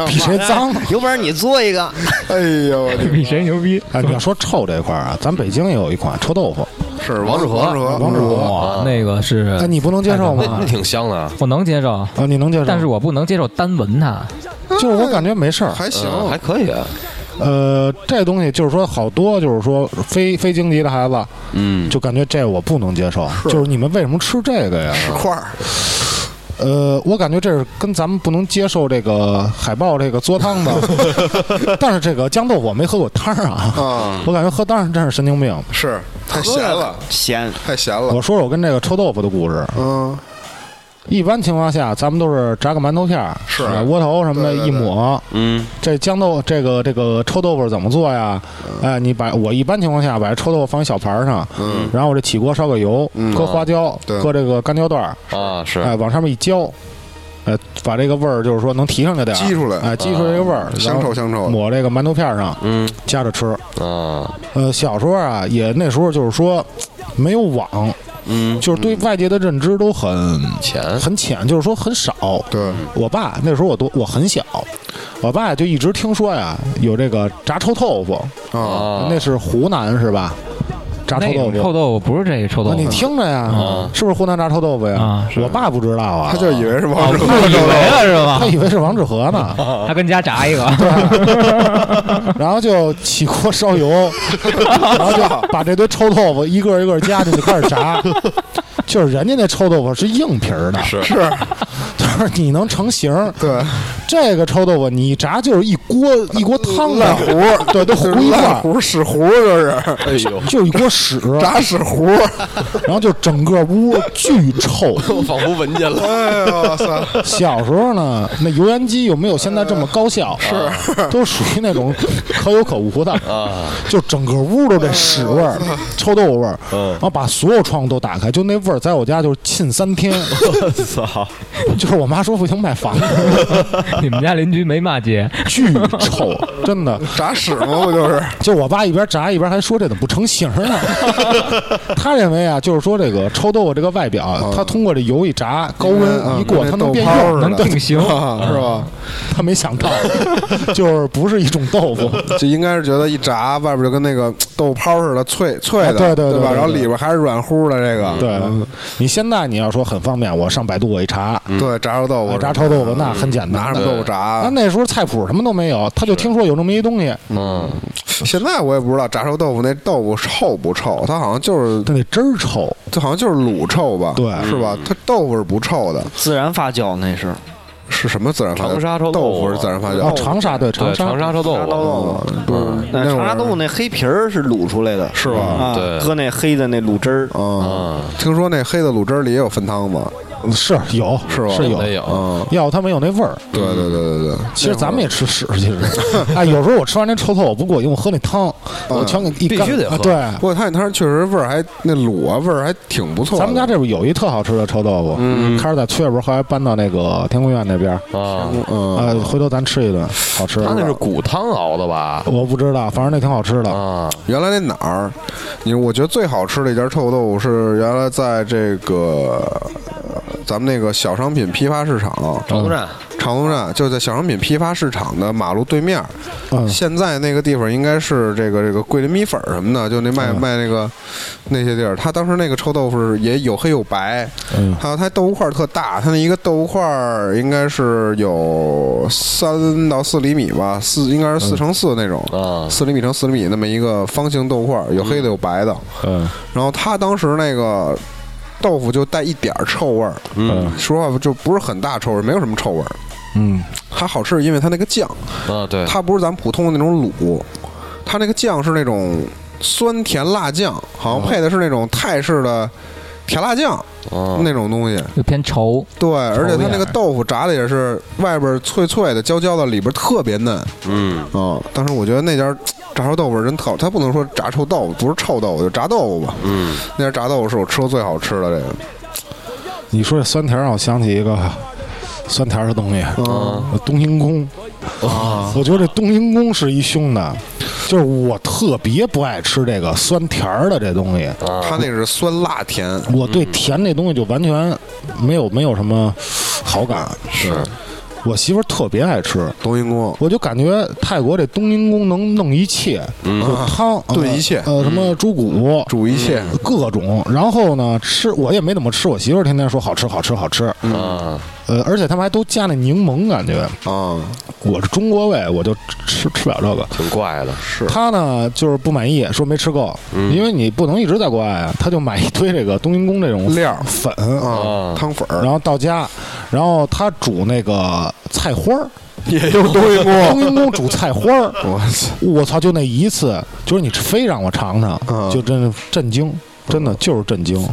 [SPEAKER 1] 比谁脏。
[SPEAKER 5] 有本事你做一个，
[SPEAKER 3] 哎呦，我的
[SPEAKER 4] 比谁牛逼？
[SPEAKER 1] 啊哎，你要说臭这块儿啊，咱北京也有一款臭豆腐，
[SPEAKER 3] 是
[SPEAKER 2] 王
[SPEAKER 3] 志
[SPEAKER 2] 致和
[SPEAKER 3] 王和，
[SPEAKER 1] 王致和
[SPEAKER 2] 啊
[SPEAKER 4] 哇，那个是
[SPEAKER 1] 哎，，你不能接受
[SPEAKER 2] 那
[SPEAKER 1] 吗
[SPEAKER 2] 那？挺香的啊，
[SPEAKER 4] 我能接受，
[SPEAKER 1] 啊，你能接受？
[SPEAKER 4] 但是我不能接受单闻它。
[SPEAKER 1] 就是我感觉没事儿。
[SPEAKER 3] 还行，
[SPEAKER 2] 嗯还可以，
[SPEAKER 1] 呃，这东西就是说好多就是说非非京籍的孩子
[SPEAKER 2] 嗯，
[SPEAKER 1] 就感觉这我不能接受，
[SPEAKER 3] 是
[SPEAKER 1] 就是你们为什么吃这个呀？
[SPEAKER 3] 十块儿，
[SPEAKER 1] 呃，我感觉这是跟咱们不能接受这个海豹这个嘬汤 的，但是这个酱豆腐我没喝过汤儿啊，
[SPEAKER 3] 啊
[SPEAKER 2] 嗯
[SPEAKER 1] 我感觉喝汤儿真是神经 病。
[SPEAKER 3] 是太咸了，
[SPEAKER 5] 咸，
[SPEAKER 3] 太咸了
[SPEAKER 1] 我，说说我跟这个臭豆腐的故事。
[SPEAKER 3] 嗯，
[SPEAKER 1] 一般情况下，咱们都是炸个馒头片儿，
[SPEAKER 3] 是
[SPEAKER 1] 呃窝头什么的
[SPEAKER 3] 对对
[SPEAKER 1] 一抹。
[SPEAKER 2] 嗯，
[SPEAKER 1] 这酱豆这个这个臭豆腐怎么做呀？哎，你把我一般情况下把这臭豆腐放一小盘儿上，
[SPEAKER 3] 嗯
[SPEAKER 1] 然后我这起锅烧个油，
[SPEAKER 3] 嗯
[SPEAKER 1] 搁花椒，
[SPEAKER 3] 对
[SPEAKER 1] 搁这个干椒段儿，
[SPEAKER 2] 啊是，
[SPEAKER 1] 哎，往上面一浇，呃，把这个味儿就是说能提上来点儿，
[SPEAKER 3] 激出来啊
[SPEAKER 1] 哎，激出这个味儿，然
[SPEAKER 3] 香
[SPEAKER 1] 后
[SPEAKER 3] 臭香臭的，
[SPEAKER 1] 抹这个馒头片儿上，
[SPEAKER 2] 嗯
[SPEAKER 1] 夹着吃。
[SPEAKER 2] 啊
[SPEAKER 1] 呃，小时候啊，也那时候就是说没有网，
[SPEAKER 2] 嗯，
[SPEAKER 1] 就是对外界的认知都很
[SPEAKER 2] 钱
[SPEAKER 1] 很浅，就是说很少。
[SPEAKER 3] 嗯对，
[SPEAKER 1] 我爸那时候我多我很小，我爸就一直听说呀有这个炸臭豆腐，
[SPEAKER 3] 啊，
[SPEAKER 2] 啊，
[SPEAKER 1] 那是湖南是吧？炸臭
[SPEAKER 4] 那
[SPEAKER 1] 豆
[SPEAKER 4] 种
[SPEAKER 1] 腐，
[SPEAKER 4] 臭豆腐不是这个臭
[SPEAKER 1] 啊
[SPEAKER 4] 豆
[SPEAKER 1] 你
[SPEAKER 4] 腐，
[SPEAKER 1] 听着呀，
[SPEAKER 2] 嗯
[SPEAKER 1] 是不是湖南炸臭豆腐呀？
[SPEAKER 4] 啊是
[SPEAKER 1] 我爸不知道啊，
[SPEAKER 3] 啊他就以为是王
[SPEAKER 4] 哦
[SPEAKER 3] 致
[SPEAKER 4] 误
[SPEAKER 3] 和
[SPEAKER 4] 以为了是吧
[SPEAKER 1] 他？以为是王致和呢。
[SPEAKER 4] 他跟家炸一个，
[SPEAKER 1] 然后就起锅烧油，然后就把这堆臭豆腐一个一个夹进去开始炸。就是人家那臭豆腐是硬皮儿的，
[SPEAKER 2] 是
[SPEAKER 3] 是，
[SPEAKER 1] 就是你能成型儿。
[SPEAKER 3] 对，
[SPEAKER 1] 这个臭豆腐你一炸就是一锅一锅汤的，
[SPEAKER 3] 烂糊，
[SPEAKER 1] 对，都糊一块
[SPEAKER 3] 烂
[SPEAKER 1] 儿，
[SPEAKER 3] 糊屎糊就是
[SPEAKER 2] 哎呦，
[SPEAKER 1] 就是一锅屎，
[SPEAKER 3] 炸屎糊，
[SPEAKER 1] 然后就整个屋巨臭。
[SPEAKER 2] 我仿佛闻见 了，
[SPEAKER 3] 哎呦我操，
[SPEAKER 1] 小时候呢，那油烟机又没有现在这么高效，是都属于那种可有可无的
[SPEAKER 2] 啊，
[SPEAKER 1] 就整个屋都这屎味儿、臭豆腐味儿，
[SPEAKER 2] 嗯
[SPEAKER 1] 然后把所有窗户都打开，就那味儿在我家就是浸三天，
[SPEAKER 2] 操，
[SPEAKER 1] 就是我妈说不行买房 子，
[SPEAKER 4] 你们家邻居没骂街，
[SPEAKER 1] 巨臭，真的。
[SPEAKER 3] 炸屎嘛不就是，
[SPEAKER 1] 就我爸一边炸一边还说这怎么不成形儿 呢？他认为啊，就是说这个臭豆腐这个外表，它通过这油一炸，高温
[SPEAKER 3] 嗯
[SPEAKER 1] 一过，
[SPEAKER 3] 跟
[SPEAKER 1] 它
[SPEAKER 3] 那
[SPEAKER 1] 能
[SPEAKER 3] 豆
[SPEAKER 1] 变
[SPEAKER 3] 泡
[SPEAKER 1] 硬
[SPEAKER 3] 儿，
[SPEAKER 4] 能定型。
[SPEAKER 3] 啊是吧？
[SPEAKER 1] 他没想到， 就是不是一种豆腐。
[SPEAKER 3] 就应该是觉得一炸外边就跟那个豆泡似的脆脆的，
[SPEAKER 1] 啊对对对
[SPEAKER 3] 吧？
[SPEAKER 1] 对
[SPEAKER 3] 然后
[SPEAKER 1] 对
[SPEAKER 3] 里边还是软乎的这个，
[SPEAKER 1] 对你现在你要说很方便，我上百度我一查，
[SPEAKER 3] 嗯对，炸臭豆腐，
[SPEAKER 1] 炸臭豆腐那很简
[SPEAKER 3] 嗯拿
[SPEAKER 1] 单
[SPEAKER 3] 什么
[SPEAKER 1] 的。
[SPEAKER 3] 豆腐啊炸
[SPEAKER 1] 那？那时候菜谱什么都没有，他就听说有这么一东西，
[SPEAKER 2] 嗯，
[SPEAKER 3] 现在我也不知道炸臭豆腐那豆腐臭不臭，它好像就是
[SPEAKER 1] 但那汁儿臭。
[SPEAKER 3] 它好像就是卤臭吧？
[SPEAKER 1] 对
[SPEAKER 3] 是吧？它豆腐是不臭的，
[SPEAKER 5] 自然发酵那是。
[SPEAKER 3] 是什么自然发酵？
[SPEAKER 2] 长沙臭豆
[SPEAKER 3] 豆
[SPEAKER 2] 腐啊
[SPEAKER 3] 腐啊是自然发
[SPEAKER 1] 哦
[SPEAKER 3] 酵，，
[SPEAKER 1] 长沙对长
[SPEAKER 2] 对，
[SPEAKER 1] 沙
[SPEAKER 2] 长沙臭豆
[SPEAKER 5] 长沙
[SPEAKER 2] 腐，
[SPEAKER 5] 豆
[SPEAKER 3] 哦不是会
[SPEAKER 5] 那长
[SPEAKER 3] 儿
[SPEAKER 5] 沙豆腐那黑皮儿是卤出来的，是
[SPEAKER 3] 吧
[SPEAKER 5] 啊，
[SPEAKER 2] 对
[SPEAKER 5] 搁那黑的那卤汁儿，
[SPEAKER 3] 啊
[SPEAKER 2] 嗯，
[SPEAKER 3] 听说那黑的卤汁儿里也有分汤嘛？
[SPEAKER 1] 嗯是有
[SPEAKER 3] 是吧
[SPEAKER 1] 是有
[SPEAKER 2] 没，有，
[SPEAKER 3] 嗯，
[SPEAKER 1] 要它没有那味儿。
[SPEAKER 3] 对对对对对，
[SPEAKER 1] 其实咱们也吃屎，其实， 哎，有时候我吃完那臭豆腐不过瘾，我喝那汤，我全给一
[SPEAKER 2] 必
[SPEAKER 1] 干
[SPEAKER 2] 须得喝
[SPEAKER 1] 啊对，
[SPEAKER 3] 嗯不过他那汤确实味儿还那卤啊味儿还挺不错的。
[SPEAKER 1] 咱们家这边有一特好吃的臭豆腐，开始在翠浦，后来搬到那个天宫院那边，
[SPEAKER 2] 啊，
[SPEAKER 3] 嗯
[SPEAKER 1] 呃，回头咱吃一顿，好吃。
[SPEAKER 2] 他那是骨汤熬的吧？
[SPEAKER 1] 我不知道，反正那挺好吃的。
[SPEAKER 2] 啊，
[SPEAKER 3] 原来那哪儿，你我觉得最好吃的一家臭豆腐是原来在这个呃咱们那个小商品批发市场，
[SPEAKER 2] 长途站，
[SPEAKER 3] 长隆站就在小商品批发市场的马路对面儿。
[SPEAKER 1] 嗯，
[SPEAKER 3] 现在那个地方应该是这个这个桂林米粉儿什么的，就那卖
[SPEAKER 1] 嗯
[SPEAKER 3] 卖那个那些地儿。他当时那个臭豆腐是也有黑有白，
[SPEAKER 1] 嗯
[SPEAKER 3] 还有它豆腐块儿特大，它那一个豆腐块儿应该是有三到四厘米吧，四应该是
[SPEAKER 1] 嗯
[SPEAKER 3] 四乘四那种。
[SPEAKER 2] 啊，
[SPEAKER 3] 四厘米乘四厘米那么一个方形豆块儿，有黑的有白的。
[SPEAKER 1] 嗯
[SPEAKER 3] 然后他当时那个豆腐就带一点儿臭味儿，
[SPEAKER 2] 嗯
[SPEAKER 1] 嗯
[SPEAKER 3] 说实话就不是很大臭味儿，没有什么臭味儿。
[SPEAKER 1] 嗯，
[SPEAKER 3] 它好吃，因为它那个酱，
[SPEAKER 2] 啊，对，
[SPEAKER 3] 它不是咱们普通的那种卤，它那个酱是那种酸甜辣酱，好
[SPEAKER 2] 嗯
[SPEAKER 3] 像配的是那种泰式的甜辣酱、
[SPEAKER 2] 啊
[SPEAKER 3] 那种东西。
[SPEAKER 4] 就偏稠，
[SPEAKER 3] 对，而且它
[SPEAKER 4] 面
[SPEAKER 3] 那个豆腐炸的也是外边脆脆的、焦焦的，里边特别嫩。
[SPEAKER 2] 嗯，
[SPEAKER 3] 嗯，当时我觉得那家儿炸臭豆腐真特好，它不能说炸臭豆腐，不是臭豆腐，就炸豆腐吧。
[SPEAKER 2] 嗯，
[SPEAKER 3] 那家炸豆腐是我吃过最好吃的这个。
[SPEAKER 1] 你说这酸甜儿让我想起一个酸甜儿的东西，
[SPEAKER 3] 嗯
[SPEAKER 1] 东兴宫。
[SPEAKER 3] 啊，
[SPEAKER 1] 我觉得这冬阴功是一凶的，就是我特别不爱吃这个酸甜儿的这东西，
[SPEAKER 2] 啊
[SPEAKER 3] 它那是酸辣甜，
[SPEAKER 1] 我对甜这东西就完全没有没有什么好感。是，我媳妇儿特别爱吃，
[SPEAKER 3] 冬阴功，
[SPEAKER 1] 我就感觉泰国这冬阴功能弄一切，就汤呃
[SPEAKER 3] 炖一切
[SPEAKER 1] 呃，什么猪骨、
[SPEAKER 3] 煮一切，
[SPEAKER 1] 各种。然后呢，吃我也没怎么吃，我媳妇儿天天说好吃好吃好吃，
[SPEAKER 3] 嗯
[SPEAKER 2] 啊，
[SPEAKER 1] 呃，而且他们还都加那柠檬，感觉
[SPEAKER 2] 嗯
[SPEAKER 3] 啊，
[SPEAKER 1] 我是中国胃，我就吃吃不了这个。
[SPEAKER 2] 挺怪的，啊
[SPEAKER 3] 是嗯
[SPEAKER 1] 他呢就是不满意，说没吃够，因为你不能一直在国外啊，他就买一堆这个冬阴功这种
[SPEAKER 3] 料儿
[SPEAKER 1] 粉，
[SPEAKER 3] 啊
[SPEAKER 2] 啊，
[SPEAKER 3] 汤粉儿
[SPEAKER 1] 然后到家，然后他煮那个菜花儿，
[SPEAKER 3] 也用冬阴
[SPEAKER 1] 冬
[SPEAKER 3] 功，
[SPEAKER 1] 阴功煮菜花儿，
[SPEAKER 3] 我操，
[SPEAKER 1] 我操，就那一次，就是你非让我尝尝，
[SPEAKER 3] 嗯
[SPEAKER 1] 就真的震惊，真的就是震惊。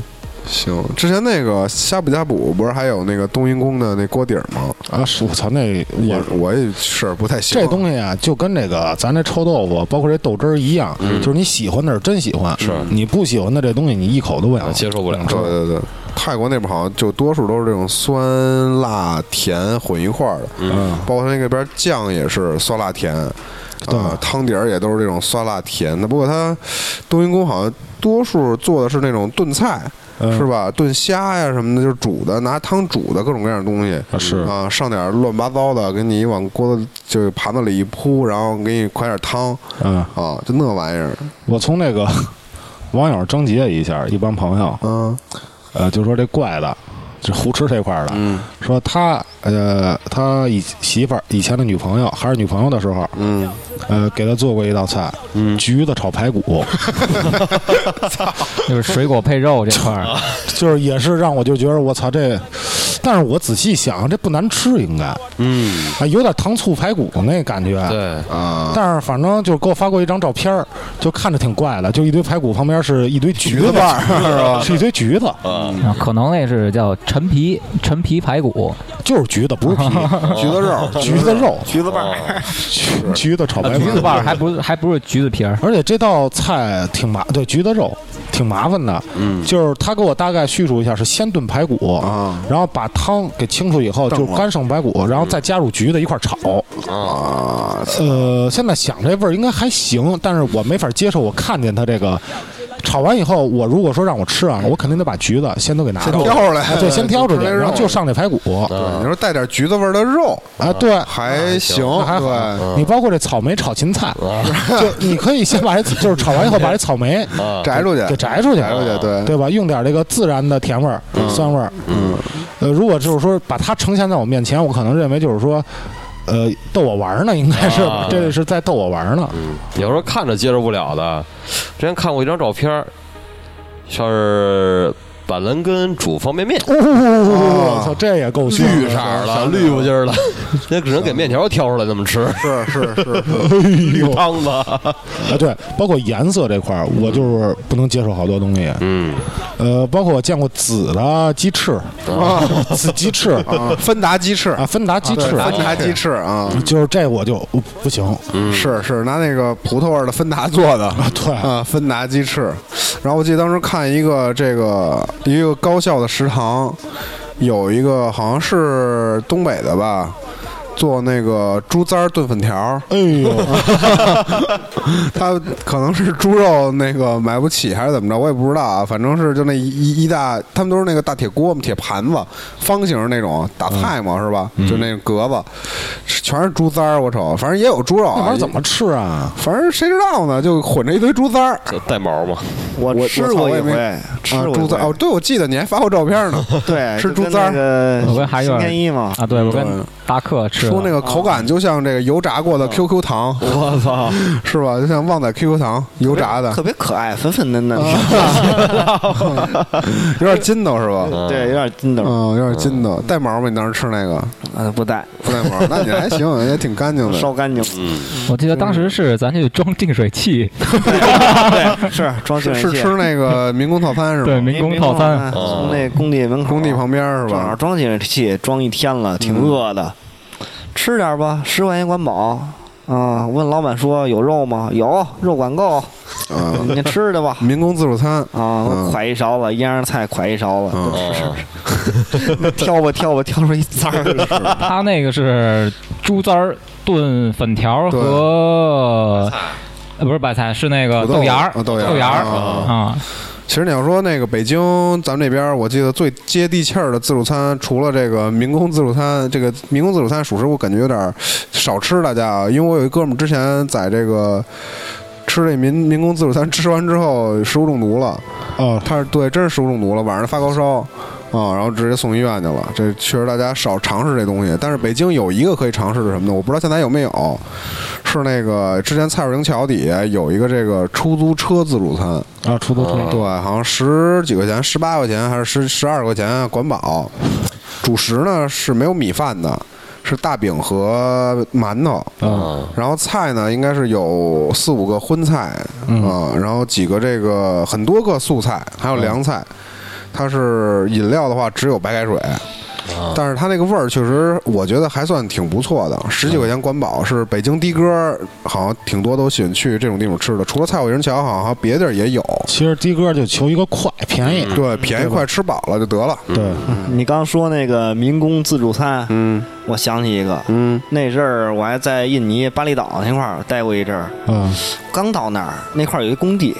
[SPEAKER 3] 行，之前那个呷哺呷哺不是还有那个冬阴功的那锅底儿吗？
[SPEAKER 1] 啊，是我操，那
[SPEAKER 3] 也
[SPEAKER 1] 我
[SPEAKER 3] 我也是不太行，
[SPEAKER 1] 这东西啊，就跟这个咱这臭豆腐，包括这豆汁儿一样，就是你喜欢的是真喜欢，
[SPEAKER 2] 是啊
[SPEAKER 1] 你不喜欢的这东西，你一口都不想
[SPEAKER 2] 接受不了
[SPEAKER 1] 吃
[SPEAKER 3] 对对对，泰国那边好像就多数都是这种酸辣甜混一块儿的，
[SPEAKER 2] 嗯，
[SPEAKER 3] 包括他那边酱也是酸辣甜，啊、
[SPEAKER 1] 对
[SPEAKER 3] 汤底儿也都是这种酸辣甜的。不过它冬阴功好像多数做的是那种炖菜，
[SPEAKER 1] 嗯
[SPEAKER 3] 是吧？炖虾呀什么的，就是煮的，拿汤煮的各种各样的东西。
[SPEAKER 1] 啊是
[SPEAKER 3] 啊，上点儿乱八糟的，给你往锅子就盘子里一铺，然后给你㧟点汤
[SPEAKER 1] 嗯，
[SPEAKER 3] 啊，就那玩意儿。
[SPEAKER 1] 我从那个 网友征集了一下，一帮朋友，
[SPEAKER 3] 嗯
[SPEAKER 1] 呃，就说这怪的，这胡吃这块儿的，
[SPEAKER 3] 嗯
[SPEAKER 1] 说他呃，他以媳妇儿以前的女朋友还是女朋友的时候，
[SPEAKER 3] 嗯，
[SPEAKER 1] 呃，给他做过一道菜，橘子炒排骨，
[SPEAKER 4] 就是水果配肉这块儿，
[SPEAKER 1] 就是也是让我就觉得我操这，但是我仔细想，这不难吃应该，
[SPEAKER 2] 嗯，
[SPEAKER 1] 啊，有点糖醋排骨那感觉。
[SPEAKER 2] 对，
[SPEAKER 3] 啊，
[SPEAKER 1] 但是反正就是给我发过一张照片儿，就看着挺怪的，就一堆排骨旁边是一堆橘子
[SPEAKER 3] 瓣儿是吧？
[SPEAKER 1] 是一堆橘子，
[SPEAKER 2] 啊，
[SPEAKER 4] 啊可能那是叫陈皮陈皮排骨，
[SPEAKER 1] 就是橘子，不是皮，
[SPEAKER 3] 橘 子肉，
[SPEAKER 1] 橘子肉，
[SPEAKER 5] 橘子瓣
[SPEAKER 3] 哦
[SPEAKER 5] 儿，
[SPEAKER 1] 橘橘子炒
[SPEAKER 4] 啊
[SPEAKER 1] 排骨
[SPEAKER 4] 橘。子瓣儿还不是还不是橘子皮儿，
[SPEAKER 1] 而且这道菜挺麻，对橘子肉挺麻烦的，
[SPEAKER 2] 嗯，
[SPEAKER 1] 就是他给我大概叙述一下，是先炖排骨
[SPEAKER 3] 啊，
[SPEAKER 1] 然后把汤给清除以后，
[SPEAKER 3] 炖
[SPEAKER 1] 就
[SPEAKER 3] 了
[SPEAKER 1] 干剩排骨，然后再加入橘子一块儿炒。
[SPEAKER 3] 啊，
[SPEAKER 1] 呃，现在想这味儿应该还行，但是我没法接受。我看见它这个炒完以后，我如果说让我吃啊，我肯定得把橘子先都给拿
[SPEAKER 3] 先
[SPEAKER 1] 出
[SPEAKER 3] 挑
[SPEAKER 1] 来，
[SPEAKER 3] 出来，
[SPEAKER 1] 啊对，先挑出去，
[SPEAKER 3] 吃那
[SPEAKER 1] 然后
[SPEAKER 3] 肉啊
[SPEAKER 1] 就上这排骨。
[SPEAKER 3] 对你说带点橘子味儿的肉
[SPEAKER 1] 啊，对，
[SPEAKER 3] 还行，
[SPEAKER 1] 嗯那还
[SPEAKER 3] 哦对，啊
[SPEAKER 1] 好。你包括这草莓炒芹菜，就你可以先把这就是炒完以后把这草 莓
[SPEAKER 2] 啊，
[SPEAKER 3] 摘出去，
[SPEAKER 1] 给嗯摘出去，
[SPEAKER 3] 摘出去，对，
[SPEAKER 1] 对吧？用点这个自然的甜味儿、酸味儿。
[SPEAKER 2] 嗯，
[SPEAKER 1] 呃，如果就是说把它呈现在我面前，我可能认为就是说，呃，逗我玩儿呢，应该是、
[SPEAKER 2] 啊
[SPEAKER 1] 这是在逗我玩儿呢。
[SPEAKER 2] 有时候看着接受不了的，之前看过一张照片儿，像是板蓝根煮方便面，
[SPEAKER 3] 嗯
[SPEAKER 1] 哦，
[SPEAKER 3] 啊
[SPEAKER 1] 我操，这也够凶的
[SPEAKER 2] 绿色儿了，绿不劲儿了， 那只能给面条挑出来那么吃，
[SPEAKER 3] 是是 是是，
[SPEAKER 2] 绿汤子，
[SPEAKER 1] 啊！对，包括颜色这块儿，
[SPEAKER 3] 嗯
[SPEAKER 1] 我就是不能接受好多东西。
[SPEAKER 2] 嗯，
[SPEAKER 1] 呃，包括我见过紫的鸡翅，
[SPEAKER 3] 啊
[SPEAKER 1] 紫鸡翅
[SPEAKER 3] 啊，芬达鸡翅
[SPEAKER 1] 啊，，芬达鸡
[SPEAKER 3] 对
[SPEAKER 1] 翅，
[SPEAKER 3] 芬达嗯鸡翅啊，
[SPEAKER 1] 就是这我就不不行。
[SPEAKER 3] 是是拿那个葡萄味儿的芬达 做的，
[SPEAKER 1] 对
[SPEAKER 3] 啊，芬达鸡翅。然后我记得当时看一个这个一个高校的食堂，有一个好像是东北的吧，做那个猪肝儿炖粉条儿，
[SPEAKER 1] 哎呦，
[SPEAKER 3] 他可能是猪肉那个买不起还是怎么着，我也不知道啊。反正是就那一一一大，他们都是那个大铁锅嘛，铁盘子，方形那种打菜
[SPEAKER 1] 嗯
[SPEAKER 3] 嘛，是吧？就那个格子，全是猪肝儿，我瞅，反正也有猪肉、
[SPEAKER 1] 那玩
[SPEAKER 3] 啊。
[SPEAKER 1] 意儿怎？么吃啊？
[SPEAKER 3] 反正谁知道呢？就混着一堆猪肝儿。
[SPEAKER 2] 就带毛嘛，
[SPEAKER 5] 我
[SPEAKER 3] 我
[SPEAKER 5] 吃
[SPEAKER 3] 我操
[SPEAKER 5] 过
[SPEAKER 3] 我
[SPEAKER 5] 一
[SPEAKER 3] 也没
[SPEAKER 5] 回，吃
[SPEAKER 3] 啊
[SPEAKER 5] 过，一
[SPEAKER 3] 猪肝儿
[SPEAKER 5] 回
[SPEAKER 3] 哦，对，我记得你还发过照片 呢，
[SPEAKER 5] 对，
[SPEAKER 3] 吃
[SPEAKER 5] 就
[SPEAKER 3] 猪肝儿
[SPEAKER 5] 跟那
[SPEAKER 4] 我
[SPEAKER 5] 个
[SPEAKER 4] 跟还有
[SPEAKER 5] 新天一嘛，
[SPEAKER 4] 啊，对我
[SPEAKER 3] 对
[SPEAKER 4] 跟达克吃
[SPEAKER 5] 啊
[SPEAKER 3] 说那个
[SPEAKER 4] 的，
[SPEAKER 3] 口感就像这个油炸过的
[SPEAKER 5] 嗯
[SPEAKER 3] QQ 糖，
[SPEAKER 2] 我 操，
[SPEAKER 3] 是吧？就像旺仔 QQ 糖油炸的
[SPEAKER 5] 特，别可爱，粉粉嫩嫩的，
[SPEAKER 3] 有点筋道是吧？
[SPEAKER 2] 啊
[SPEAKER 5] 对，有点筋斗，
[SPEAKER 3] 嗯，有点筋道，带毛吗？你当时吃那个
[SPEAKER 5] 啊，不带，
[SPEAKER 3] 不带毛，那你还行，也挺干净的。
[SPEAKER 5] 烧干净，
[SPEAKER 3] 嗯
[SPEAKER 2] 嗯
[SPEAKER 4] 我记得当时是咱去装净水器，
[SPEAKER 5] 对， 是装净水
[SPEAKER 3] 是
[SPEAKER 5] 器
[SPEAKER 3] 吃那个民工套餐是吗？
[SPEAKER 4] 对，民工套餐，
[SPEAKER 5] 啊从那工地门口，
[SPEAKER 3] 工地旁边是
[SPEAKER 5] 正好
[SPEAKER 3] 吧？嗯
[SPEAKER 5] 装净水器，装一天了，挺饿的，吃点吧，十块钱管饱。啊、问老板说有肉吗？有，肉管够，
[SPEAKER 3] 嗯，
[SPEAKER 5] 你吃去吧。
[SPEAKER 3] 民工自助餐
[SPEAKER 5] 啊，我㧟一勺子，腌上菜㧟一勺子，
[SPEAKER 3] 嗯
[SPEAKER 2] 啊，
[SPEAKER 5] 挑吧挑吧，挑出一簪儿。
[SPEAKER 4] 他那个是猪肝儿炖粉条和。呃，不是白菜，是那个
[SPEAKER 3] 土豆
[SPEAKER 4] 豆芽儿，
[SPEAKER 3] 啊豆芽儿
[SPEAKER 4] 芽儿
[SPEAKER 3] 啊
[SPEAKER 4] 啊，
[SPEAKER 3] 其实你要说那个北京，咱们这边儿我记得最接地气儿的自助餐，除了这个民工自助餐，这个民工自助餐属实我感觉有点儿少吃大家啊，因为我有一哥们儿之前在这个吃这民民工自助餐吃完之后食物中毒了，
[SPEAKER 1] 哦，
[SPEAKER 3] 他是对真是食物中毒了，晚上发高烧。啊、然后直接送医院去了。这确实大家少尝试这东西，但是北京有一个可以尝试的什么呢？我不知道现在有没有，是那个之前蔡水营桥底下有一个这个出租车自助餐，
[SPEAKER 1] 啊，出租车
[SPEAKER 2] 啊
[SPEAKER 3] 对，好像十几块钱，十八块钱还是十十二块钱，啊管饱。主食呢是没有米饭的，是大饼和馒头。
[SPEAKER 1] 啊，
[SPEAKER 2] 啊
[SPEAKER 3] 然后菜呢，应该是有四五个荤菜啊、
[SPEAKER 1] 嗯
[SPEAKER 3] 然后几个这个很多个素菜，还有凉菜。它是饮料的话，只有白开水，但是它那个味儿确实，我觉得还算挺不错的。十几块钱管饱是北京的哥，好像挺多都喜欢去这种地方吃的。除了蔡水营桥，好像还有别地儿也有。
[SPEAKER 1] 其实的哥就求一个快便宜，
[SPEAKER 3] 对，便宜快吃饱了就得了。
[SPEAKER 1] 对，
[SPEAKER 5] 你刚说那个民工自助餐，
[SPEAKER 3] 嗯
[SPEAKER 5] 我想起一个，
[SPEAKER 3] 嗯
[SPEAKER 5] 那阵儿我还在印尼巴厘岛那块儿待过一阵儿，
[SPEAKER 1] 啊，
[SPEAKER 5] 刚到那儿那块儿有一工地，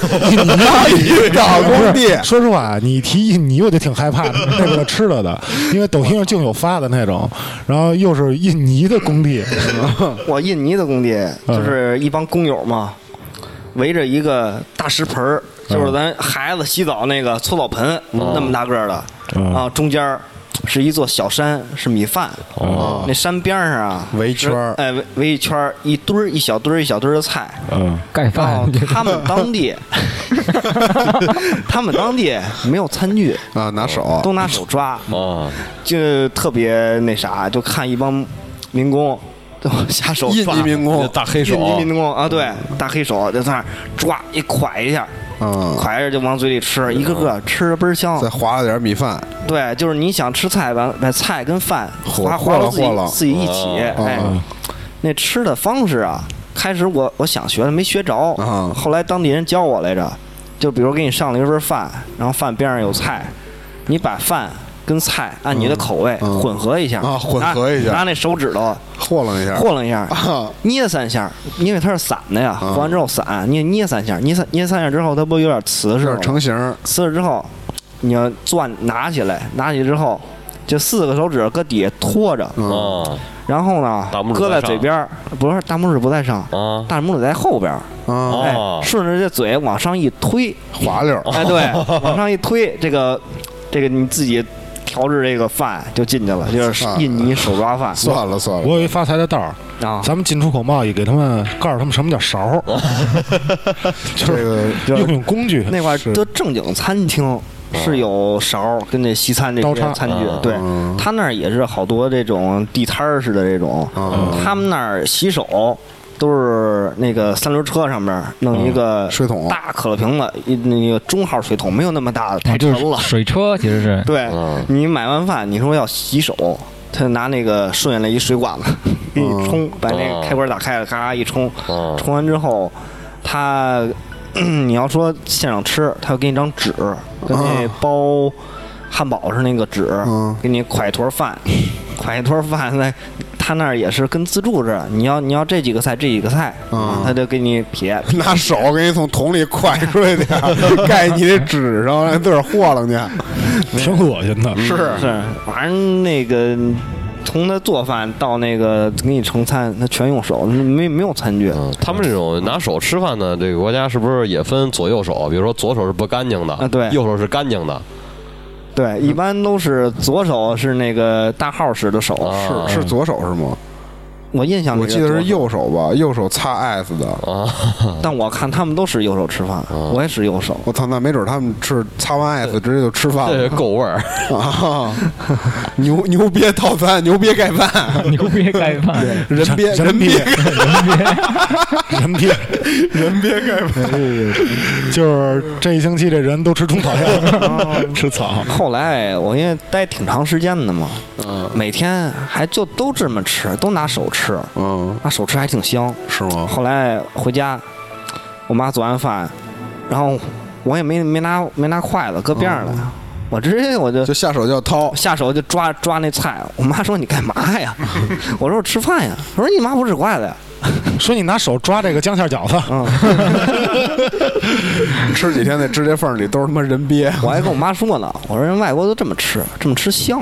[SPEAKER 3] 找工 地
[SPEAKER 1] 不是说实话，你提印尼我就挺害怕的那个吃的的，因为抖音上就有发的那种，然后又是印尼的工地，
[SPEAKER 3] 嗯
[SPEAKER 5] 我印尼的工地就是一帮工友嘛，围着一个大石盆儿，
[SPEAKER 3] 嗯
[SPEAKER 5] 就是咱孩子洗澡那个搓澡盆那么大个儿的，
[SPEAKER 1] 嗯
[SPEAKER 5] 啊，中间儿是一座小山，是米饭，
[SPEAKER 2] 哦
[SPEAKER 5] 那山边儿上啊
[SPEAKER 3] 围一圈儿
[SPEAKER 5] 是哎围围一圈儿，一堆儿一小堆儿一小堆儿的菜，
[SPEAKER 1] 嗯，
[SPEAKER 4] 盖
[SPEAKER 5] 然后
[SPEAKER 4] 饭
[SPEAKER 5] 哦 他们当地，他们当地没有餐具，
[SPEAKER 3] 啊，拿手
[SPEAKER 5] 都拿手抓，
[SPEAKER 2] 哦，
[SPEAKER 5] 就特别那啥，就看一帮民工都下手
[SPEAKER 3] 印
[SPEAKER 5] 抓
[SPEAKER 3] 尼民
[SPEAKER 2] 那
[SPEAKER 3] 工，
[SPEAKER 2] 大黑手
[SPEAKER 5] 印，尼民工啊，对，大黑手就在那儿抓一蒯一下，
[SPEAKER 3] 嗯，
[SPEAKER 5] 蒯着就往嘴里吃，一个个吃的倍儿香
[SPEAKER 3] 再。划了点米饭，
[SPEAKER 5] 对，就是你想吃菜吧，把菜跟饭
[SPEAKER 3] 和
[SPEAKER 5] 划
[SPEAKER 3] 和
[SPEAKER 5] 划
[SPEAKER 3] 了
[SPEAKER 5] 到自己
[SPEAKER 3] 和了啊
[SPEAKER 5] 自己一起，
[SPEAKER 2] 哦
[SPEAKER 5] 哎，那吃的方式啊，开始我我想学的没学着
[SPEAKER 3] 啊，
[SPEAKER 5] 后来当地人教我来着，就比如给你上了一份饭，然后饭边上有菜，你把饭。跟菜按你的口味
[SPEAKER 3] 嗯
[SPEAKER 5] 混合一下
[SPEAKER 3] 啊混合一下
[SPEAKER 5] 拿拿那手指头
[SPEAKER 3] 和了一下，
[SPEAKER 5] 和了一下，
[SPEAKER 3] 啊，
[SPEAKER 5] 捏三下，因为它是散的呀，
[SPEAKER 3] 啊
[SPEAKER 5] 和完之后散，捏捏三下，捏三捏三下之后，它不有点瓷
[SPEAKER 3] 有
[SPEAKER 5] 实
[SPEAKER 3] 点
[SPEAKER 5] 吗？
[SPEAKER 3] 成型儿，
[SPEAKER 5] 瓷实之后，你要攥拿起来，拿起来之后，就四个手指搁底下托着，
[SPEAKER 3] 嗯，
[SPEAKER 2] 哦
[SPEAKER 5] 然后呢
[SPEAKER 2] 大拇指，
[SPEAKER 5] 搁
[SPEAKER 2] 在
[SPEAKER 5] 在
[SPEAKER 2] 上
[SPEAKER 5] 嘴边儿，不是大拇指不在上，
[SPEAKER 2] 啊
[SPEAKER 5] 大拇指在后边儿，
[SPEAKER 3] 啊，
[SPEAKER 5] 哎
[SPEAKER 2] 哦，
[SPEAKER 5] 顺着这嘴往上一推，
[SPEAKER 3] 滑溜儿，
[SPEAKER 5] 哎，对，往上一推，这个这个你自己调制这个饭就进去了，就是
[SPEAKER 3] 啊
[SPEAKER 5] 印尼手抓饭
[SPEAKER 3] 算了算了，
[SPEAKER 1] 我有一发财的道儿，
[SPEAKER 5] 啊，
[SPEAKER 1] 咱们进出口贸易给他们告诉他们什么叫勺儿，就
[SPEAKER 3] 这
[SPEAKER 1] 是
[SPEAKER 3] 个
[SPEAKER 5] 就是
[SPEAKER 1] 用用工具，
[SPEAKER 5] 那块儿
[SPEAKER 1] 是
[SPEAKER 5] 就正经餐厅是有勺儿跟这西餐这
[SPEAKER 1] 刀
[SPEAKER 5] 些
[SPEAKER 1] 叉
[SPEAKER 5] 餐具
[SPEAKER 2] 嗯，
[SPEAKER 5] 对
[SPEAKER 3] 嗯，
[SPEAKER 5] 他那儿也是好多这种地摊儿似的这种，
[SPEAKER 3] 嗯
[SPEAKER 5] 他们那儿洗手都是那个三轮车上面儿弄一个
[SPEAKER 3] 水桶
[SPEAKER 5] 大可乐瓶子，一那个中号水桶，没有那么大的，
[SPEAKER 4] 啊
[SPEAKER 5] 太沉
[SPEAKER 4] 就是
[SPEAKER 5] 了。
[SPEAKER 4] 水车，其实是
[SPEAKER 5] 对
[SPEAKER 2] 嗯，
[SPEAKER 5] 你买完饭，你说要洗手，他就拿那个顺下来一水管子 给你冲，把那个开关打开了，咔咔一冲，
[SPEAKER 2] 哦
[SPEAKER 5] 冲完之后，他 你要说现场吃，他要给你张纸，跟那包汉堡是那个纸，
[SPEAKER 3] 啊嗯
[SPEAKER 5] 给你㧟一坨饭， 㧟一坨饭在他那儿也是跟自助似的，你要你要这几个菜这几个菜，啊
[SPEAKER 3] 嗯
[SPEAKER 5] 他就给你撇。
[SPEAKER 3] 拿手给你从桶里蒯出来点儿，盖你那纸上，让自个儿和楞去，
[SPEAKER 1] 挺恶心的，
[SPEAKER 3] 是
[SPEAKER 5] 是，反正那个从他做饭到那个给你盛餐，他全用手，没没有餐具。
[SPEAKER 2] 嗯，他们这种拿手吃饭的这个国家，是不是也分左右手？比如说左手是不干净的，
[SPEAKER 5] 啊对
[SPEAKER 2] 右手是干净的，
[SPEAKER 5] 对，一般都是左手是那个大号使的手，
[SPEAKER 2] 啊
[SPEAKER 3] 哦是左手是吗？
[SPEAKER 5] 我印象里
[SPEAKER 3] 我记得
[SPEAKER 5] 左手
[SPEAKER 3] 是右手吧，右手擦 S 的。
[SPEAKER 2] 啊，
[SPEAKER 5] 但我看他们都使右手吃饭，我也使右手。
[SPEAKER 3] 我操，那没准他们是擦完 S 直接就吃饭
[SPEAKER 2] 这是
[SPEAKER 3] 了
[SPEAKER 2] 够味儿。
[SPEAKER 3] 啊！ 牛牛瘪套餐，牛瘪盖饭，
[SPEAKER 4] 牛逼盖饭，
[SPEAKER 3] 人瘪
[SPEAKER 1] 嗯人
[SPEAKER 3] 人
[SPEAKER 1] 憋
[SPEAKER 3] 瘪
[SPEAKER 1] 人憋人憋盖饭，就是这一星期这人都吃中草药， 吃草，
[SPEAKER 5] 后来我因为待挺长时间的嘛，每天还就都这么吃，都拿手吃，
[SPEAKER 3] 嗯，
[SPEAKER 5] 拿手吃还挺香。
[SPEAKER 3] 是吗？
[SPEAKER 5] 后来回家，我妈做完饭，然后我也没没拿没拿筷子，搁边上了，我直接啊我就
[SPEAKER 3] 就下手就要掏，
[SPEAKER 5] 下手就抓 抓那菜。我妈说你干嘛呀？我说我吃饭呀。我说你妈不使筷子呀？
[SPEAKER 1] 说你拿手抓这个姜馅饺子，
[SPEAKER 3] 吃几天那指甲缝里都是他妈人鳖。
[SPEAKER 5] 我还跟我妈说呢，我说人外国都这么吃，这么吃 香。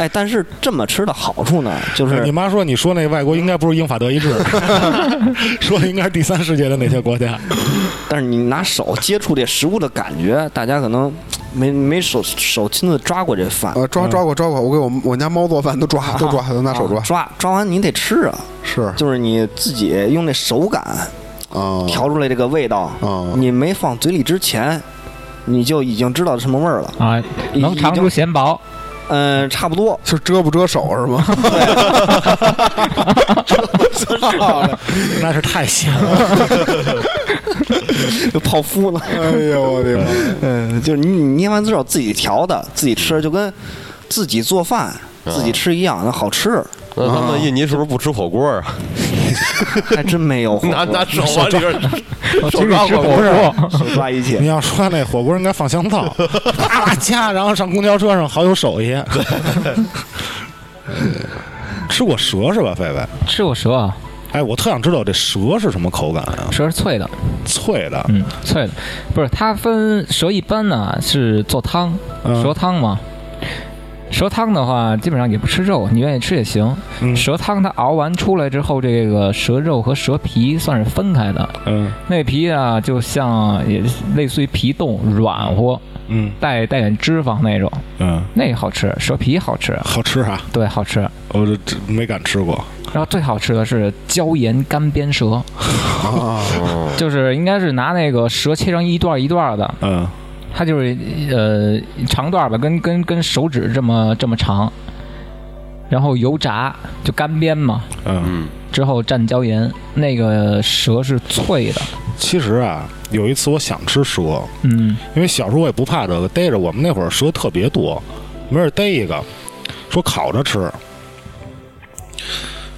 [SPEAKER 5] 哎，但是这么吃的好处呢，就是
[SPEAKER 1] 你妈说你说那外国应该不是英法德意志，说的应该是第三世界的哪些国家。
[SPEAKER 5] 但是你拿手接触这食物的感觉，大家可能没没手手亲自抓过这饭，
[SPEAKER 3] 呃，抓抓过抓过，我给我我家猫做饭都抓都抓都拿手抓，
[SPEAKER 5] 啊抓抓完你得吃啊，
[SPEAKER 3] 是
[SPEAKER 5] 就是你自己用那手感
[SPEAKER 3] 啊，
[SPEAKER 5] 调出来这个味道，
[SPEAKER 3] 嗯。
[SPEAKER 5] 你没放嘴里之前，你就已经知道什么味儿了。
[SPEAKER 4] 啊，能尝出咸薄，
[SPEAKER 5] 嗯，差不多
[SPEAKER 3] 就遮不遮手是吗？
[SPEAKER 1] 那是太咸了，
[SPEAKER 5] 就泡芙了。
[SPEAKER 3] 哎呦我的妈！
[SPEAKER 5] 嗯， 就是你你捏完之后自己调的，自己吃，就跟自己做饭、
[SPEAKER 3] 嗯
[SPEAKER 5] 自己吃一样，那好吃。
[SPEAKER 2] 那他们印尼是不是不吃火锅啊？
[SPEAKER 5] 还真 没有
[SPEAKER 2] 拿拿手往里边
[SPEAKER 4] 我
[SPEAKER 2] 手
[SPEAKER 4] 请你
[SPEAKER 2] 抓
[SPEAKER 4] 吃
[SPEAKER 2] 火
[SPEAKER 4] 火
[SPEAKER 2] 锅，
[SPEAKER 4] 锅。
[SPEAKER 5] 手抓一切
[SPEAKER 1] 你。要说那火锅应该放香皂，啪啦夹，然后上公交车上好有手艺。吃过蛇是吧，狒狒？
[SPEAKER 4] 吃过蛇啊，
[SPEAKER 1] 哎，我特想知道这蛇是什么口感啊？
[SPEAKER 4] 蛇是脆的，
[SPEAKER 1] 脆的，
[SPEAKER 4] 嗯，脆的，不是它分蛇一般呢是做汤，
[SPEAKER 1] 嗯
[SPEAKER 4] 蛇汤嘛。蛇汤的话，基本上也不吃肉，你愿意吃也行。
[SPEAKER 1] 嗯
[SPEAKER 4] 蛇汤它熬完出来之后，这个蛇肉和蛇皮算是分开的，
[SPEAKER 1] 嗯
[SPEAKER 4] 那皮啊就像也类似于皮冻，软和，
[SPEAKER 1] 嗯
[SPEAKER 4] 带带点脂肪那种，
[SPEAKER 1] 嗯，
[SPEAKER 4] 那个好吃，蛇皮好吃，
[SPEAKER 1] 好吃啊！
[SPEAKER 4] 对，好吃。
[SPEAKER 1] 我这这没敢吃过。
[SPEAKER 4] 然后最好吃的是椒盐干煸蛇，
[SPEAKER 3] 啊，
[SPEAKER 2] 哦
[SPEAKER 4] 就是应该是拿那个蛇切成一段一段的，
[SPEAKER 1] 嗯
[SPEAKER 4] 它就是呃长段吧，跟跟跟手指这么这么长，然后油炸就干煸嘛，
[SPEAKER 1] 嗯，
[SPEAKER 2] 嗯，
[SPEAKER 4] 之后蘸椒盐，那个蛇是脆的，
[SPEAKER 1] 其实啊，有一次我想吃蛇，
[SPEAKER 4] 嗯，
[SPEAKER 1] 因为小时候我也不怕这个，逮着我们那会儿蛇特别多，没事儿逮一个，说烤着吃。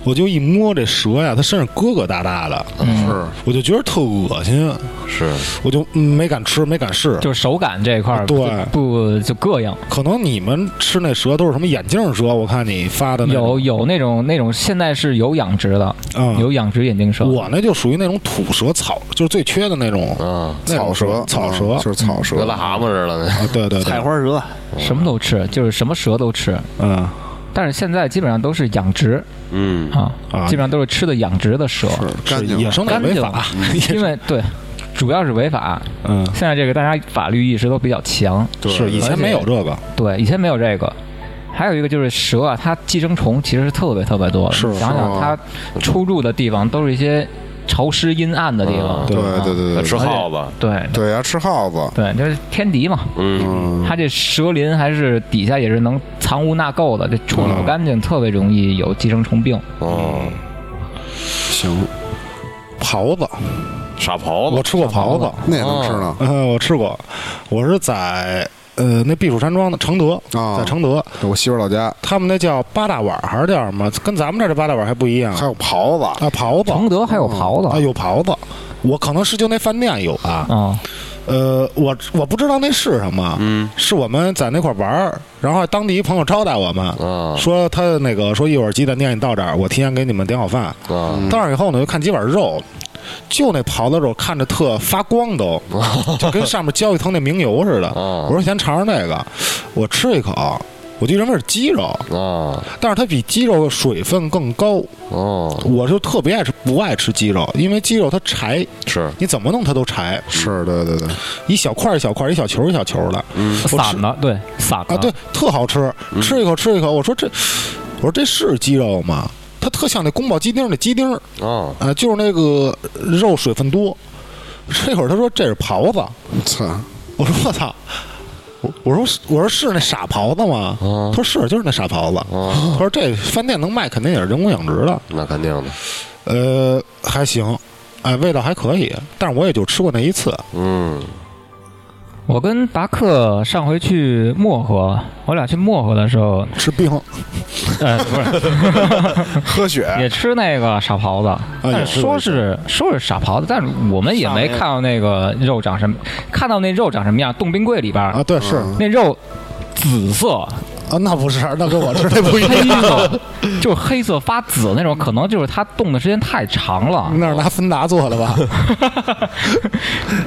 [SPEAKER 1] 我就一摸这蛇呀，它身上疙疙瘩瘩的，
[SPEAKER 4] 嗯
[SPEAKER 3] 是
[SPEAKER 1] 我就觉得特恶心，
[SPEAKER 2] 是
[SPEAKER 1] 我就、嗯没敢吃，没敢试。
[SPEAKER 4] 就是手感这一块儿
[SPEAKER 1] 对
[SPEAKER 4] 不不就膈应，
[SPEAKER 1] 可能你们吃那蛇都是什么眼镜蛇？我看你发的那
[SPEAKER 4] 有
[SPEAKER 1] 种
[SPEAKER 4] 有那种那种现在是有养殖的，
[SPEAKER 1] 嗯
[SPEAKER 4] 有养殖眼镜蛇，
[SPEAKER 1] 我那就属于那种土蛇草，就是最缺的那种
[SPEAKER 2] 啊，
[SPEAKER 1] 那种
[SPEAKER 3] 草蛇，
[SPEAKER 1] 草蛇
[SPEAKER 3] 嗯就是草蛇
[SPEAKER 2] 跟癞蛤蟆似的呢。
[SPEAKER 1] 啊，对对
[SPEAKER 5] 菜
[SPEAKER 1] 对，
[SPEAKER 5] 花蛇，
[SPEAKER 4] 什么都吃，就是什么蛇都吃，
[SPEAKER 1] 嗯
[SPEAKER 4] 但是现在基本上都是养殖
[SPEAKER 2] 嗯，
[SPEAKER 4] 啊，
[SPEAKER 1] 啊
[SPEAKER 4] 基本上都是吃的养殖的蛇，
[SPEAKER 3] 是干
[SPEAKER 1] 是
[SPEAKER 3] 净
[SPEAKER 1] 野生的
[SPEAKER 4] 干
[SPEAKER 1] 违
[SPEAKER 4] 净
[SPEAKER 1] 法，
[SPEAKER 4] 因为对，主要是违法。
[SPEAKER 1] 嗯，
[SPEAKER 4] 现在这个大家法律意识都比较强，
[SPEAKER 1] 是以前没有这个，
[SPEAKER 4] 对，以前没有这个。还有一个就是蛇啊，它寄生虫其实是特别特别多的。
[SPEAKER 1] 是
[SPEAKER 4] 想想它出入的地方都是一些潮湿阴暗的地方。
[SPEAKER 2] 嗯
[SPEAKER 3] 对
[SPEAKER 4] 啊
[SPEAKER 3] 对对对
[SPEAKER 2] 吃
[SPEAKER 3] 对
[SPEAKER 2] 耗子，
[SPEAKER 4] 对
[SPEAKER 3] 对要吃耗子，
[SPEAKER 4] 对，就是天敌嘛。
[SPEAKER 2] 嗯，
[SPEAKER 3] 嗯，
[SPEAKER 4] 它这蛇鳞还是底下也是能藏污纳垢的，这处理不干净，特别容易有寄生虫病。
[SPEAKER 2] 哦，
[SPEAKER 3] 行，
[SPEAKER 1] 狍子，
[SPEAKER 2] 傻
[SPEAKER 4] 哦
[SPEAKER 2] 狍子
[SPEAKER 1] 我，吃过狍子，
[SPEAKER 3] 哦那也能吃呢
[SPEAKER 1] 呃，我吃过，我是在呃那避暑山庄的承德，
[SPEAKER 4] 哦
[SPEAKER 3] 啊
[SPEAKER 1] 在，承德，
[SPEAKER 3] 我媳妇老家
[SPEAKER 1] 他们那叫八大碗儿还是叫什么？跟咱们这儿的八大碗儿还不一样
[SPEAKER 3] 还有狍子，
[SPEAKER 1] 啊，狍子
[SPEAKER 4] 承德还有狍
[SPEAKER 1] 啊，
[SPEAKER 4] 子
[SPEAKER 1] 有狍子。我可能是就那饭店有啊，
[SPEAKER 4] 啊，
[SPEAKER 1] 呃，我我不知道那是什么，
[SPEAKER 2] 嗯
[SPEAKER 1] 是我们在那块儿玩儿，然后当地一朋友招待我们，
[SPEAKER 4] 哦
[SPEAKER 2] 啊
[SPEAKER 1] 说他那个说一会儿几点店你到这儿，我提前给你们点好饭。
[SPEAKER 2] 啊，
[SPEAKER 1] 到那儿以后呢，就看几碗肉，就那狍子肉看着特发光都，就跟上面浇一层那明油似的。
[SPEAKER 2] 哦
[SPEAKER 1] 我说先尝尝那个，我吃一口，我就认为是鸡肉，
[SPEAKER 2] 啊
[SPEAKER 1] 但是它比鸡肉水分更高。
[SPEAKER 2] 哦，
[SPEAKER 1] 我就特别爱吃，不爱吃鸡肉，因为鸡肉它柴，
[SPEAKER 2] 是
[SPEAKER 1] 你怎么弄它都柴，
[SPEAKER 3] 是对对对，
[SPEAKER 1] 一小块儿一小块儿，一小球儿一小球儿的。
[SPEAKER 4] 嗯
[SPEAKER 1] 我吃
[SPEAKER 4] 散的对散的
[SPEAKER 1] 啊，对，特好吃，吃一口吃一口。我说这，我说这是鸡肉吗？它特像那宫保鸡丁儿那鸡丁儿
[SPEAKER 2] 啊，
[SPEAKER 1] 啊，就是那个肉水分多。这会儿他说这是狍子，
[SPEAKER 3] 操，
[SPEAKER 1] 我说我操。我我说我说是那傻狍子吗？
[SPEAKER 2] 啊
[SPEAKER 1] 他说是，就是那傻狍子。他说这饭店能卖，肯定也是人工养殖的。
[SPEAKER 2] 那肯定的，
[SPEAKER 1] 呃，还行，哎，味道还可以，但是我也就吃过那一次。
[SPEAKER 2] 嗯
[SPEAKER 4] 我跟达克上回去漠河，我俩去漠河的时候，
[SPEAKER 1] 吃冰
[SPEAKER 4] 呃，不是
[SPEAKER 3] 喝血
[SPEAKER 4] 也吃那个傻狍子，但
[SPEAKER 1] 也
[SPEAKER 4] 是
[SPEAKER 1] 吃
[SPEAKER 4] 说是说是傻狍子，但是我们也没看到那个肉
[SPEAKER 1] 啊
[SPEAKER 4] 长什么，看到那肉长什么样，冻冰柜里边儿
[SPEAKER 1] 啊，对，是
[SPEAKER 4] 那肉紫色，
[SPEAKER 1] 啊，那不是，那跟我 吃的不一样。
[SPEAKER 4] 黑色，就是黑色发紫那种，可能就是它冻的时间太长了。
[SPEAKER 1] 那是拿芬达做的吧？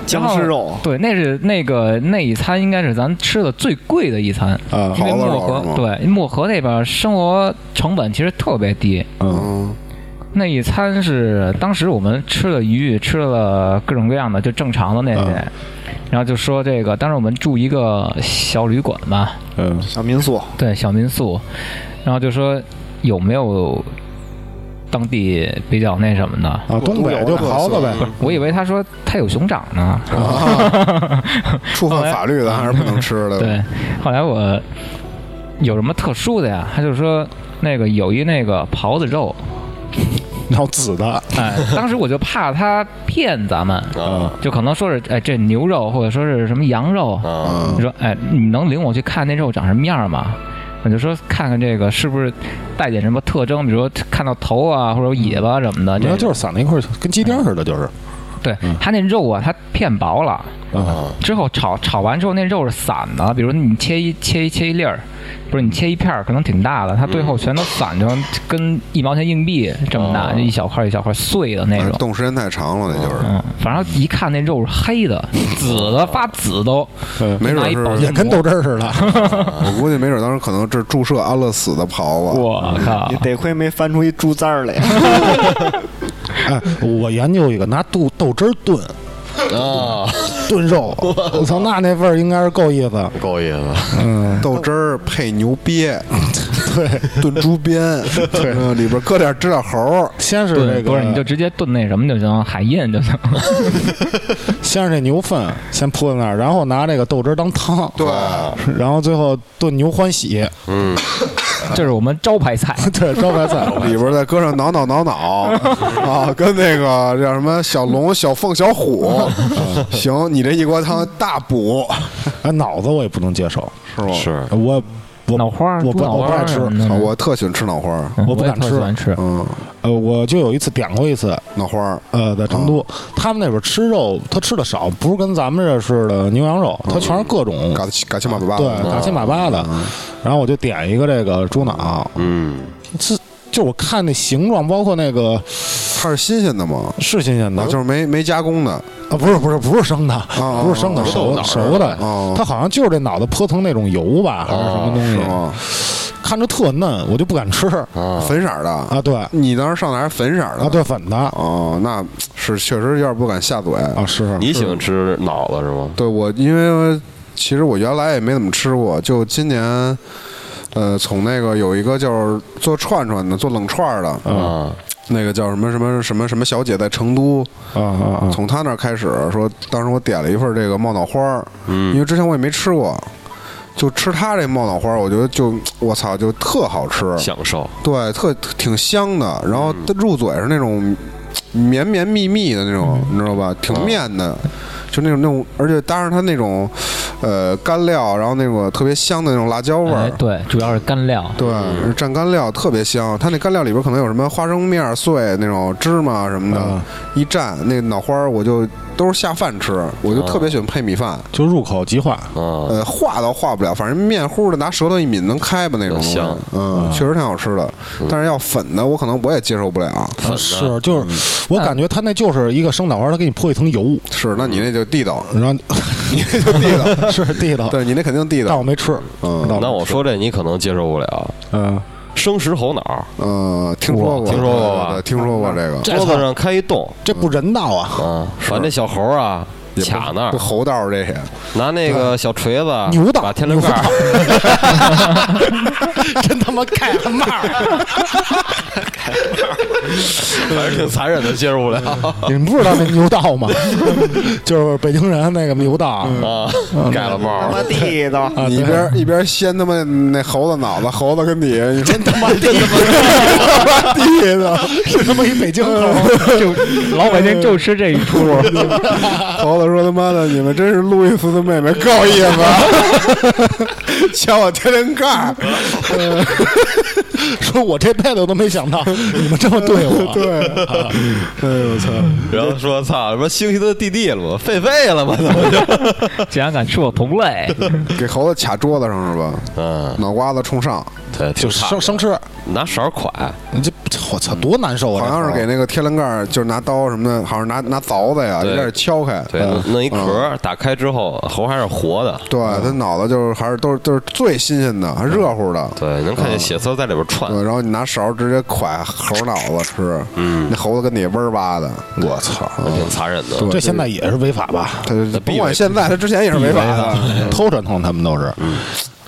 [SPEAKER 5] 僵尸肉
[SPEAKER 4] 然后对，那是那个那一餐应该是咱吃的最贵的一餐，
[SPEAKER 1] 啊，
[SPEAKER 4] 因
[SPEAKER 3] 好
[SPEAKER 4] 为
[SPEAKER 3] 的
[SPEAKER 4] 漠
[SPEAKER 3] 肉是吗
[SPEAKER 4] 河对漠河那边生活成本其实特别低，
[SPEAKER 1] 嗯，
[SPEAKER 3] 嗯，
[SPEAKER 4] 那一餐是当时我们吃了鱼，吃了各种各样的，就正常的那些。然后就说这个，当时我们住一个小旅馆吧，
[SPEAKER 1] 嗯，
[SPEAKER 5] 小民宿，
[SPEAKER 4] 对，小民宿。然后就说有没有当地比较那什么的？
[SPEAKER 1] 啊，东北就袍子呗，
[SPEAKER 4] 我以为他说他有熊掌呢。
[SPEAKER 3] 触犯法律的还是不能吃的。
[SPEAKER 4] 对，后来我有什么特殊的呀？他就说那个有一那个狍子肉，
[SPEAKER 1] 然后紫的，
[SPEAKER 4] 哎，当时我就怕他骗咱们，
[SPEAKER 2] 啊
[SPEAKER 4] 就可能说是哎这牛肉或者说是什么羊肉，
[SPEAKER 2] 啊
[SPEAKER 4] 你说哎你能领我去看那肉长什么样吗？我就说看看这个是不是带点什么特征，比如说看到头啊或者尾巴什么的。
[SPEAKER 1] 没
[SPEAKER 4] 这
[SPEAKER 1] 有，就是嗯散在一块儿，跟鸡丁似的，就是
[SPEAKER 4] 对它那肉啊，它片薄了，
[SPEAKER 2] 嗯
[SPEAKER 1] 啊，
[SPEAKER 4] 之后炒炒完之后那肉是散的，比如你切一切一切一粒儿，不是你切一片儿可能挺大的，它最后全都散成跟一毛钱硬币这么大，
[SPEAKER 2] 哦
[SPEAKER 4] 就一小块一小块碎的那
[SPEAKER 1] 啊
[SPEAKER 4] 种。
[SPEAKER 3] 冻时间太长了，那就是
[SPEAKER 4] 嗯，反正一看那肉是黑的，紫的发紫都，
[SPEAKER 1] 嗯
[SPEAKER 3] 没
[SPEAKER 4] 拿一保
[SPEAKER 3] 准
[SPEAKER 1] 也
[SPEAKER 3] 是，
[SPEAKER 1] 跟豆汁儿似的。
[SPEAKER 3] 我估计没准当时可能这注射安乐死的啊袍子。
[SPEAKER 1] 啊
[SPEAKER 4] 我靠
[SPEAKER 5] 你！得亏没翻出一猪崽 儿来。
[SPEAKER 1] 哎，我研究一个，拿豆豆汁儿炖
[SPEAKER 2] 啊，
[SPEAKER 1] 炖肉，我操，那那味儿应该是够意思。
[SPEAKER 2] 够意思，
[SPEAKER 1] 嗯，
[SPEAKER 3] 豆汁儿配牛 瘪，对，炖猪鞭，对，里边搁点知了猴，
[SPEAKER 1] 先嗯是这
[SPEAKER 4] 炖不是你就
[SPEAKER 1] 个，
[SPEAKER 4] 直接炖那什么就行，海 燕就行。
[SPEAKER 1] 先是这牛粪先铺在那儿，然后拿这个豆汁儿当汤，
[SPEAKER 3] 对，
[SPEAKER 1] 然后最后炖牛欢喜，
[SPEAKER 2] 嗯，
[SPEAKER 4] 这是我们招牌菜，
[SPEAKER 1] 对，招牌菜。
[SPEAKER 3] 里边再搁上挠 挠挠挠啊，跟那个叫什么小龙、小凤、小 虎，行，你这一锅汤大补，
[SPEAKER 1] 哎，脑子我也不能接受，
[SPEAKER 3] 是吗？
[SPEAKER 2] 是
[SPEAKER 1] 我 我
[SPEAKER 4] 脑花儿、
[SPEAKER 1] 我
[SPEAKER 4] 猪
[SPEAKER 1] 不
[SPEAKER 4] 脑
[SPEAKER 1] 我不
[SPEAKER 4] 花
[SPEAKER 1] 爱
[SPEAKER 4] 儿
[SPEAKER 1] 吃
[SPEAKER 4] 什么的
[SPEAKER 3] 啊我特喜欢吃脑花儿，
[SPEAKER 4] 嗯
[SPEAKER 1] 我不
[SPEAKER 4] 也
[SPEAKER 1] 敢
[SPEAKER 4] 特
[SPEAKER 1] 吃
[SPEAKER 4] 喜欢吃。
[SPEAKER 3] 嗯，
[SPEAKER 1] 呃，我就有一次点过一次，
[SPEAKER 3] 脑花儿，
[SPEAKER 1] 呃，在成都，他们那边吃肉，他吃的少，不是跟咱们这似的牛羊肉，他全是各种
[SPEAKER 3] 嘎嘎嘎七马八八，
[SPEAKER 1] 对杂七马八的。然后我就点一个这个猪脑，
[SPEAKER 2] 嗯，
[SPEAKER 1] 是就我看那形状，包括那个
[SPEAKER 3] 它是新鲜的吗？
[SPEAKER 1] 是新鲜的
[SPEAKER 3] 啊，就是没没加工的，
[SPEAKER 1] 啊，不是不是不是生的，
[SPEAKER 3] 哦
[SPEAKER 1] 不是生的，
[SPEAKER 3] 哦
[SPEAKER 1] 熟
[SPEAKER 2] 哦
[SPEAKER 1] 的熟的
[SPEAKER 3] 哦，
[SPEAKER 1] 它好像就是这脑袋泼层那种油吧，还是什么
[SPEAKER 3] 是
[SPEAKER 1] 东
[SPEAKER 3] 吗？
[SPEAKER 1] 西，看着特嫩，我就不敢吃
[SPEAKER 2] 啊，
[SPEAKER 3] 粉色儿的，
[SPEAKER 1] 啊，对啊，
[SPEAKER 3] 你当时上的还是粉色儿的
[SPEAKER 1] 对粉的啊
[SPEAKER 3] 哦，那是确实有点不敢下嘴。
[SPEAKER 2] 啊
[SPEAKER 1] 是，
[SPEAKER 2] 你喜欢吃脑子是吗？
[SPEAKER 3] 对我，因为其实我原来也没怎么吃过，就今年，呃，从那个有一个就是做串串的，做冷串儿的，
[SPEAKER 2] 啊，
[SPEAKER 3] 那个叫什么什么什么什么小姐在成都，
[SPEAKER 1] 啊啊啊，
[SPEAKER 3] 从她那儿开始说，当时我点了一份这个冒脑花儿，因
[SPEAKER 2] 嗯
[SPEAKER 3] 为之前我也没吃过。就吃她这冒脑花儿，我觉得就我操，就特好吃，
[SPEAKER 2] 享受，
[SPEAKER 3] 对，特挺香的，然后它入嘴是那种绵绵密密的那种，你知道吧？挺面的，就那种那种，而且搭上它那种呃干料，然后那种特别香的那种辣椒味
[SPEAKER 4] 哎
[SPEAKER 3] 儿，，
[SPEAKER 4] 对，主要是 干料。
[SPEAKER 3] 对，蘸干料特别香。它那干料里边可能有什么花生面碎、那种芝麻什么的
[SPEAKER 1] 嗯，
[SPEAKER 3] 一蘸那脑花儿，我就都是下饭吃，我就特别喜欢配米饭，
[SPEAKER 1] 就入口即化，
[SPEAKER 2] 啊，
[SPEAKER 3] 呃，化都化不了，反正面糊的拿舌头一抿能开吧那种东西
[SPEAKER 2] 香，
[SPEAKER 3] 嗯，确实挺好吃的。但是要粉的，我可能我也接受不了。啊
[SPEAKER 1] 啊是
[SPEAKER 3] 嗯
[SPEAKER 1] 就是我感觉它那就是一个生脑花，它给你泼一层油，
[SPEAKER 3] 是，那你那就地
[SPEAKER 2] 嗯
[SPEAKER 3] 道，
[SPEAKER 1] 然后
[SPEAKER 3] 你那就地道。
[SPEAKER 1] 是地道，
[SPEAKER 3] 对你那肯定地
[SPEAKER 1] 但
[SPEAKER 3] 道
[SPEAKER 1] 我。没吃，
[SPEAKER 3] 嗯
[SPEAKER 1] 但
[SPEAKER 2] 那
[SPEAKER 1] 没
[SPEAKER 2] 我
[SPEAKER 1] 吃
[SPEAKER 2] 说这你可能接受不了，
[SPEAKER 1] 嗯，
[SPEAKER 2] 生食猴脑，
[SPEAKER 3] 嗯，听说过，
[SPEAKER 2] 听说过吧
[SPEAKER 3] 对对对听说过这个。
[SPEAKER 2] 桌子上开一洞，
[SPEAKER 1] 这不人道啊，
[SPEAKER 2] 啊，把那小猴啊卡那
[SPEAKER 3] 不
[SPEAKER 2] 儿，
[SPEAKER 3] 猴道这些，
[SPEAKER 2] 拿那个小锤子
[SPEAKER 1] 牛道
[SPEAKER 2] 把天灵盖儿，
[SPEAKER 3] 嗯
[SPEAKER 1] 真他妈盖了帽儿！
[SPEAKER 2] 反正挺残忍的，接受不 了
[SPEAKER 1] 你们不知道那牛道吗？ 就是北京人那个牛道，
[SPEAKER 2] 啊，盖了帽
[SPEAKER 5] 他
[SPEAKER 2] 儿
[SPEAKER 5] 妈，地道，
[SPEAKER 1] 啊
[SPEAKER 3] 你一
[SPEAKER 1] 对
[SPEAKER 3] 边一边掀他妈那猴子脑子，猴子跟底下，你说
[SPEAKER 1] 他妈地道， 地道，是他妈一北京口。
[SPEAKER 4] 就老百姓就吃这一出。
[SPEAKER 3] 猴子说他妈的，你们真是路易斯的妹妹，够
[SPEAKER 2] 嗯
[SPEAKER 3] 意思啊，敲我天灵盖儿。
[SPEAKER 1] 说我这辈子都没想到你们这么对我。对，哎呦我操！
[SPEAKER 2] 然后说操，什么星星的弟弟了吗？狒狒了吗？怎么就？
[SPEAKER 4] 竟然敢吃我同 类，
[SPEAKER 3] 给猴子卡桌子上是吧？
[SPEAKER 2] 嗯，
[SPEAKER 3] 脑瓜子冲上，
[SPEAKER 2] 对，
[SPEAKER 1] 就
[SPEAKER 2] 挺惨
[SPEAKER 1] 生生吃，
[SPEAKER 2] 拿勺蒯，
[SPEAKER 1] 你这我操多难受啊！
[SPEAKER 3] 好像是
[SPEAKER 1] 这
[SPEAKER 3] 给那个天灵盖儿，就是拿刀什么的，好像拿拿凿子呀，
[SPEAKER 2] 对
[SPEAKER 3] 有点敲开。
[SPEAKER 2] 对，
[SPEAKER 3] 嗯
[SPEAKER 2] 弄一壳
[SPEAKER 3] 嗯
[SPEAKER 2] 儿，打开之后，猴还是活的，
[SPEAKER 3] 对他脑袋就是还是都是都是最新鲜的，还热乎的。
[SPEAKER 2] 对，能看见血丝在里边串。
[SPEAKER 3] 对，然后你拿勺直接蒯猴脑子吃，嗯，那猴子跟底下嗡儿吧的，
[SPEAKER 1] 我操！
[SPEAKER 2] 挺残忍的，
[SPEAKER 3] 嗯对
[SPEAKER 1] 这现在也是违法吧？
[SPEAKER 3] 他
[SPEAKER 2] 那必
[SPEAKER 3] 甭
[SPEAKER 2] 须
[SPEAKER 3] 管现在，他之前也是违法的，嗯
[SPEAKER 1] 偷传统他们都是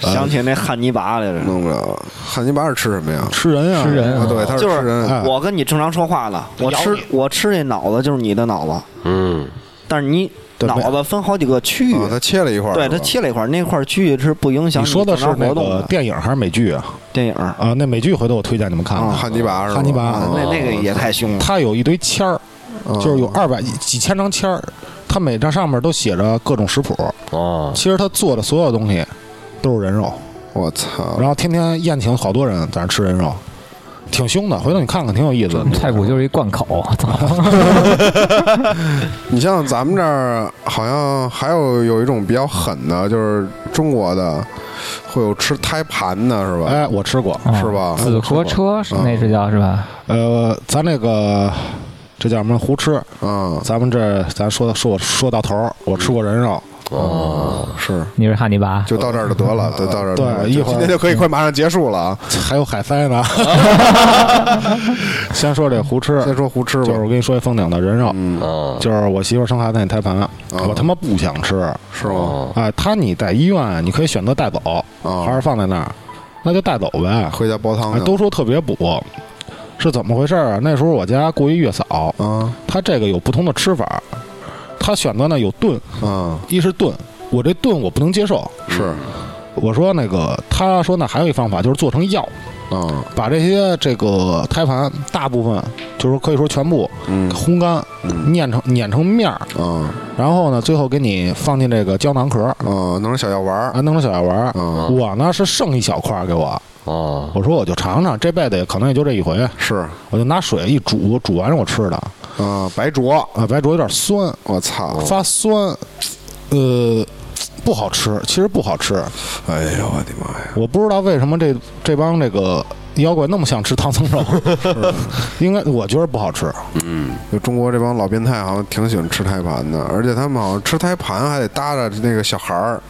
[SPEAKER 5] 想起那汉尼拔来了。
[SPEAKER 3] 弄不了。汉尼拔是吃什么呀？
[SPEAKER 1] 吃人啊，
[SPEAKER 4] 吃人
[SPEAKER 3] 啊，对，他是
[SPEAKER 5] 就
[SPEAKER 3] 吃人，
[SPEAKER 5] 是我跟你正常说话了，我
[SPEAKER 1] 咬
[SPEAKER 5] 吃
[SPEAKER 1] 你
[SPEAKER 5] 我吃那脑子就是你的脑子，
[SPEAKER 2] 嗯，
[SPEAKER 5] 但是你
[SPEAKER 1] 对没
[SPEAKER 5] 脑子分好几个区域，
[SPEAKER 3] 啊，他切了一块儿，
[SPEAKER 5] 对
[SPEAKER 3] 是吧
[SPEAKER 5] 它切了一块儿，那块儿区域是不影响
[SPEAKER 1] 你说的
[SPEAKER 5] 的
[SPEAKER 1] 是
[SPEAKER 5] 活
[SPEAKER 1] 那
[SPEAKER 5] 动
[SPEAKER 1] 个
[SPEAKER 5] 的
[SPEAKER 1] 电影还是美剧啊？
[SPEAKER 5] 电影儿，
[SPEAKER 1] 啊，那美剧回头我推荐你们看
[SPEAKER 3] 啊
[SPEAKER 1] 看。
[SPEAKER 3] 汉尼拔是吧？
[SPEAKER 1] 汉尼拔
[SPEAKER 5] 那那个也太
[SPEAKER 3] 嗯
[SPEAKER 5] 凶了。
[SPEAKER 1] 它有一堆签儿，就是有二百几千张签儿，它每张上面都写着各种食谱。
[SPEAKER 2] 哦，
[SPEAKER 1] 其实他做的所有东西都是人肉，
[SPEAKER 3] 我操，
[SPEAKER 1] 然后天天宴请好多人在那吃人肉，挺凶的。回头你看看，挺有意思的。
[SPEAKER 4] 菜谱就是一贯 口，啊操！
[SPEAKER 3] 你像咱们这儿好像还有有一种比较狠的，就是中国的，会有吃胎盘的是吧？
[SPEAKER 1] 哎，我吃过，
[SPEAKER 4] 嗯
[SPEAKER 3] 是吧
[SPEAKER 4] 紫壳车
[SPEAKER 1] 嗯
[SPEAKER 4] 是那是叫是吧？
[SPEAKER 1] 呃，咱那个这叫什么胡吃，
[SPEAKER 3] 嗯，
[SPEAKER 1] 咱们这咱说说说到头儿，我吃过人肉，
[SPEAKER 2] 哦，
[SPEAKER 3] 是，
[SPEAKER 4] 你是汉尼拔，
[SPEAKER 3] 就到这儿就得了，就到这儿就得了。
[SPEAKER 1] 对一
[SPEAKER 3] 就
[SPEAKER 1] 会儿
[SPEAKER 3] 今天就可以快马上结束了啊！
[SPEAKER 1] 还有海塞 呢。 先说这胡吃，
[SPEAKER 3] 先说胡吃吧，嗯
[SPEAKER 1] 就是我跟你说一封顶的人肉，
[SPEAKER 2] 哦，
[SPEAKER 1] 就是我媳妇儿生孩子那胎盘，
[SPEAKER 3] 啊
[SPEAKER 1] 我他妈不想吃。
[SPEAKER 3] 是吗？
[SPEAKER 1] 啊，他你在医院，你可以选择带走，
[SPEAKER 3] 啊
[SPEAKER 1] 还是放在那儿，那就带走呗。
[SPEAKER 3] 回家煲汤
[SPEAKER 1] 哎，
[SPEAKER 3] 去
[SPEAKER 1] 都说特别补，是怎么回事儿啊？那时候我家过一月嫂，
[SPEAKER 3] 啊
[SPEAKER 1] 她这个有不同的吃法，她选择呢有炖，
[SPEAKER 3] 啊，
[SPEAKER 1] 一是炖，我这炖我不能接受。
[SPEAKER 3] 是
[SPEAKER 1] 我说那个，她说那还有一方法就是做成药，
[SPEAKER 3] 啊，
[SPEAKER 1] 把这些这个胎盘大部分就是可以说全部
[SPEAKER 3] 嗯
[SPEAKER 1] 烘干，
[SPEAKER 3] 嗯
[SPEAKER 1] 碾成碾成面儿，
[SPEAKER 3] 啊
[SPEAKER 1] 然后呢最后给你放进这个胶囊壳儿，
[SPEAKER 3] 啊，弄成小药丸儿
[SPEAKER 1] 啊弄成小药丸儿。
[SPEAKER 3] 啊，
[SPEAKER 1] 我呢是剩一小块儿给我，
[SPEAKER 3] 嗯
[SPEAKER 2] 哦，
[SPEAKER 1] 我说我就尝尝，这辈子也可能也就这一回，
[SPEAKER 3] 是
[SPEAKER 1] 我就拿水一煮，煮完我吃的。
[SPEAKER 3] 啊，白灼，哦
[SPEAKER 1] 啊，白灼有点酸，
[SPEAKER 3] 我操！
[SPEAKER 1] 发酸，呃，不好吃，其实不好吃。
[SPEAKER 3] 哎呦我的妈呀！
[SPEAKER 1] 我不知道为什么这这帮这个妖怪那么想吃唐僧 肉，应该我觉得不好吃。
[SPEAKER 3] 就中国这帮老变态好像挺喜欢吃胎盘的，而且他们好像吃胎盘还得搭着那个小孩儿，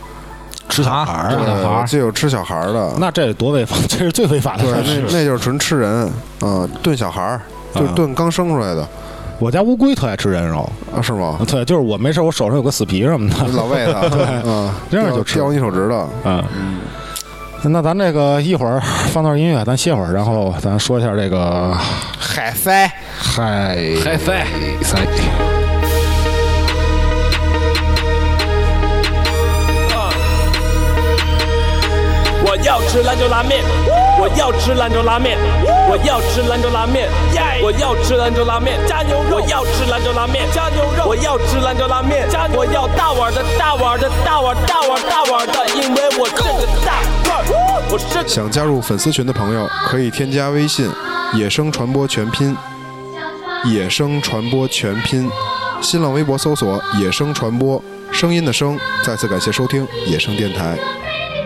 [SPEAKER 1] 吃小孩儿
[SPEAKER 3] 对，
[SPEAKER 1] 啊，
[SPEAKER 3] 我记得呃有吃小孩儿的，
[SPEAKER 1] 那这多违法，这是最违法的
[SPEAKER 3] 对，
[SPEAKER 1] 事儿。
[SPEAKER 3] 那那就是纯吃人啊，炖小孩儿，就
[SPEAKER 1] 啊
[SPEAKER 3] 炖刚生出来的
[SPEAKER 1] 我家乌龟特爱吃人肉，
[SPEAKER 3] 啊，是吗？
[SPEAKER 1] 对，就是我没事我手上有个死皮什么
[SPEAKER 3] 你
[SPEAKER 1] 的，
[SPEAKER 3] 老喂他， 啊，
[SPEAKER 1] 这样就吃
[SPEAKER 3] 掉掉你手指头，
[SPEAKER 1] 嗯。那咱这个一会儿放段音乐，咱歇会儿，然后咱说一下这个
[SPEAKER 5] 海塞。
[SPEAKER 1] 嗨嗨塞塞。
[SPEAKER 6] 我要吃兰州拉面，我要吃兰州拉面，我要吃兰州拉面，我要吃兰州拉面，加牛肉，我要吃兰州拉面，加牛肉，我要吃兰州拉面，加我要大碗的大碗的大碗大碗大碗的，因为我是个大腕儿，我是个
[SPEAKER 3] 想加入粉丝群的朋友，可以添加微信“野生传播全拼”，野生传播全拼，新浪微博搜索“野生传播”，声音的声。再次感谢收听野生电台。
[SPEAKER 7] Thank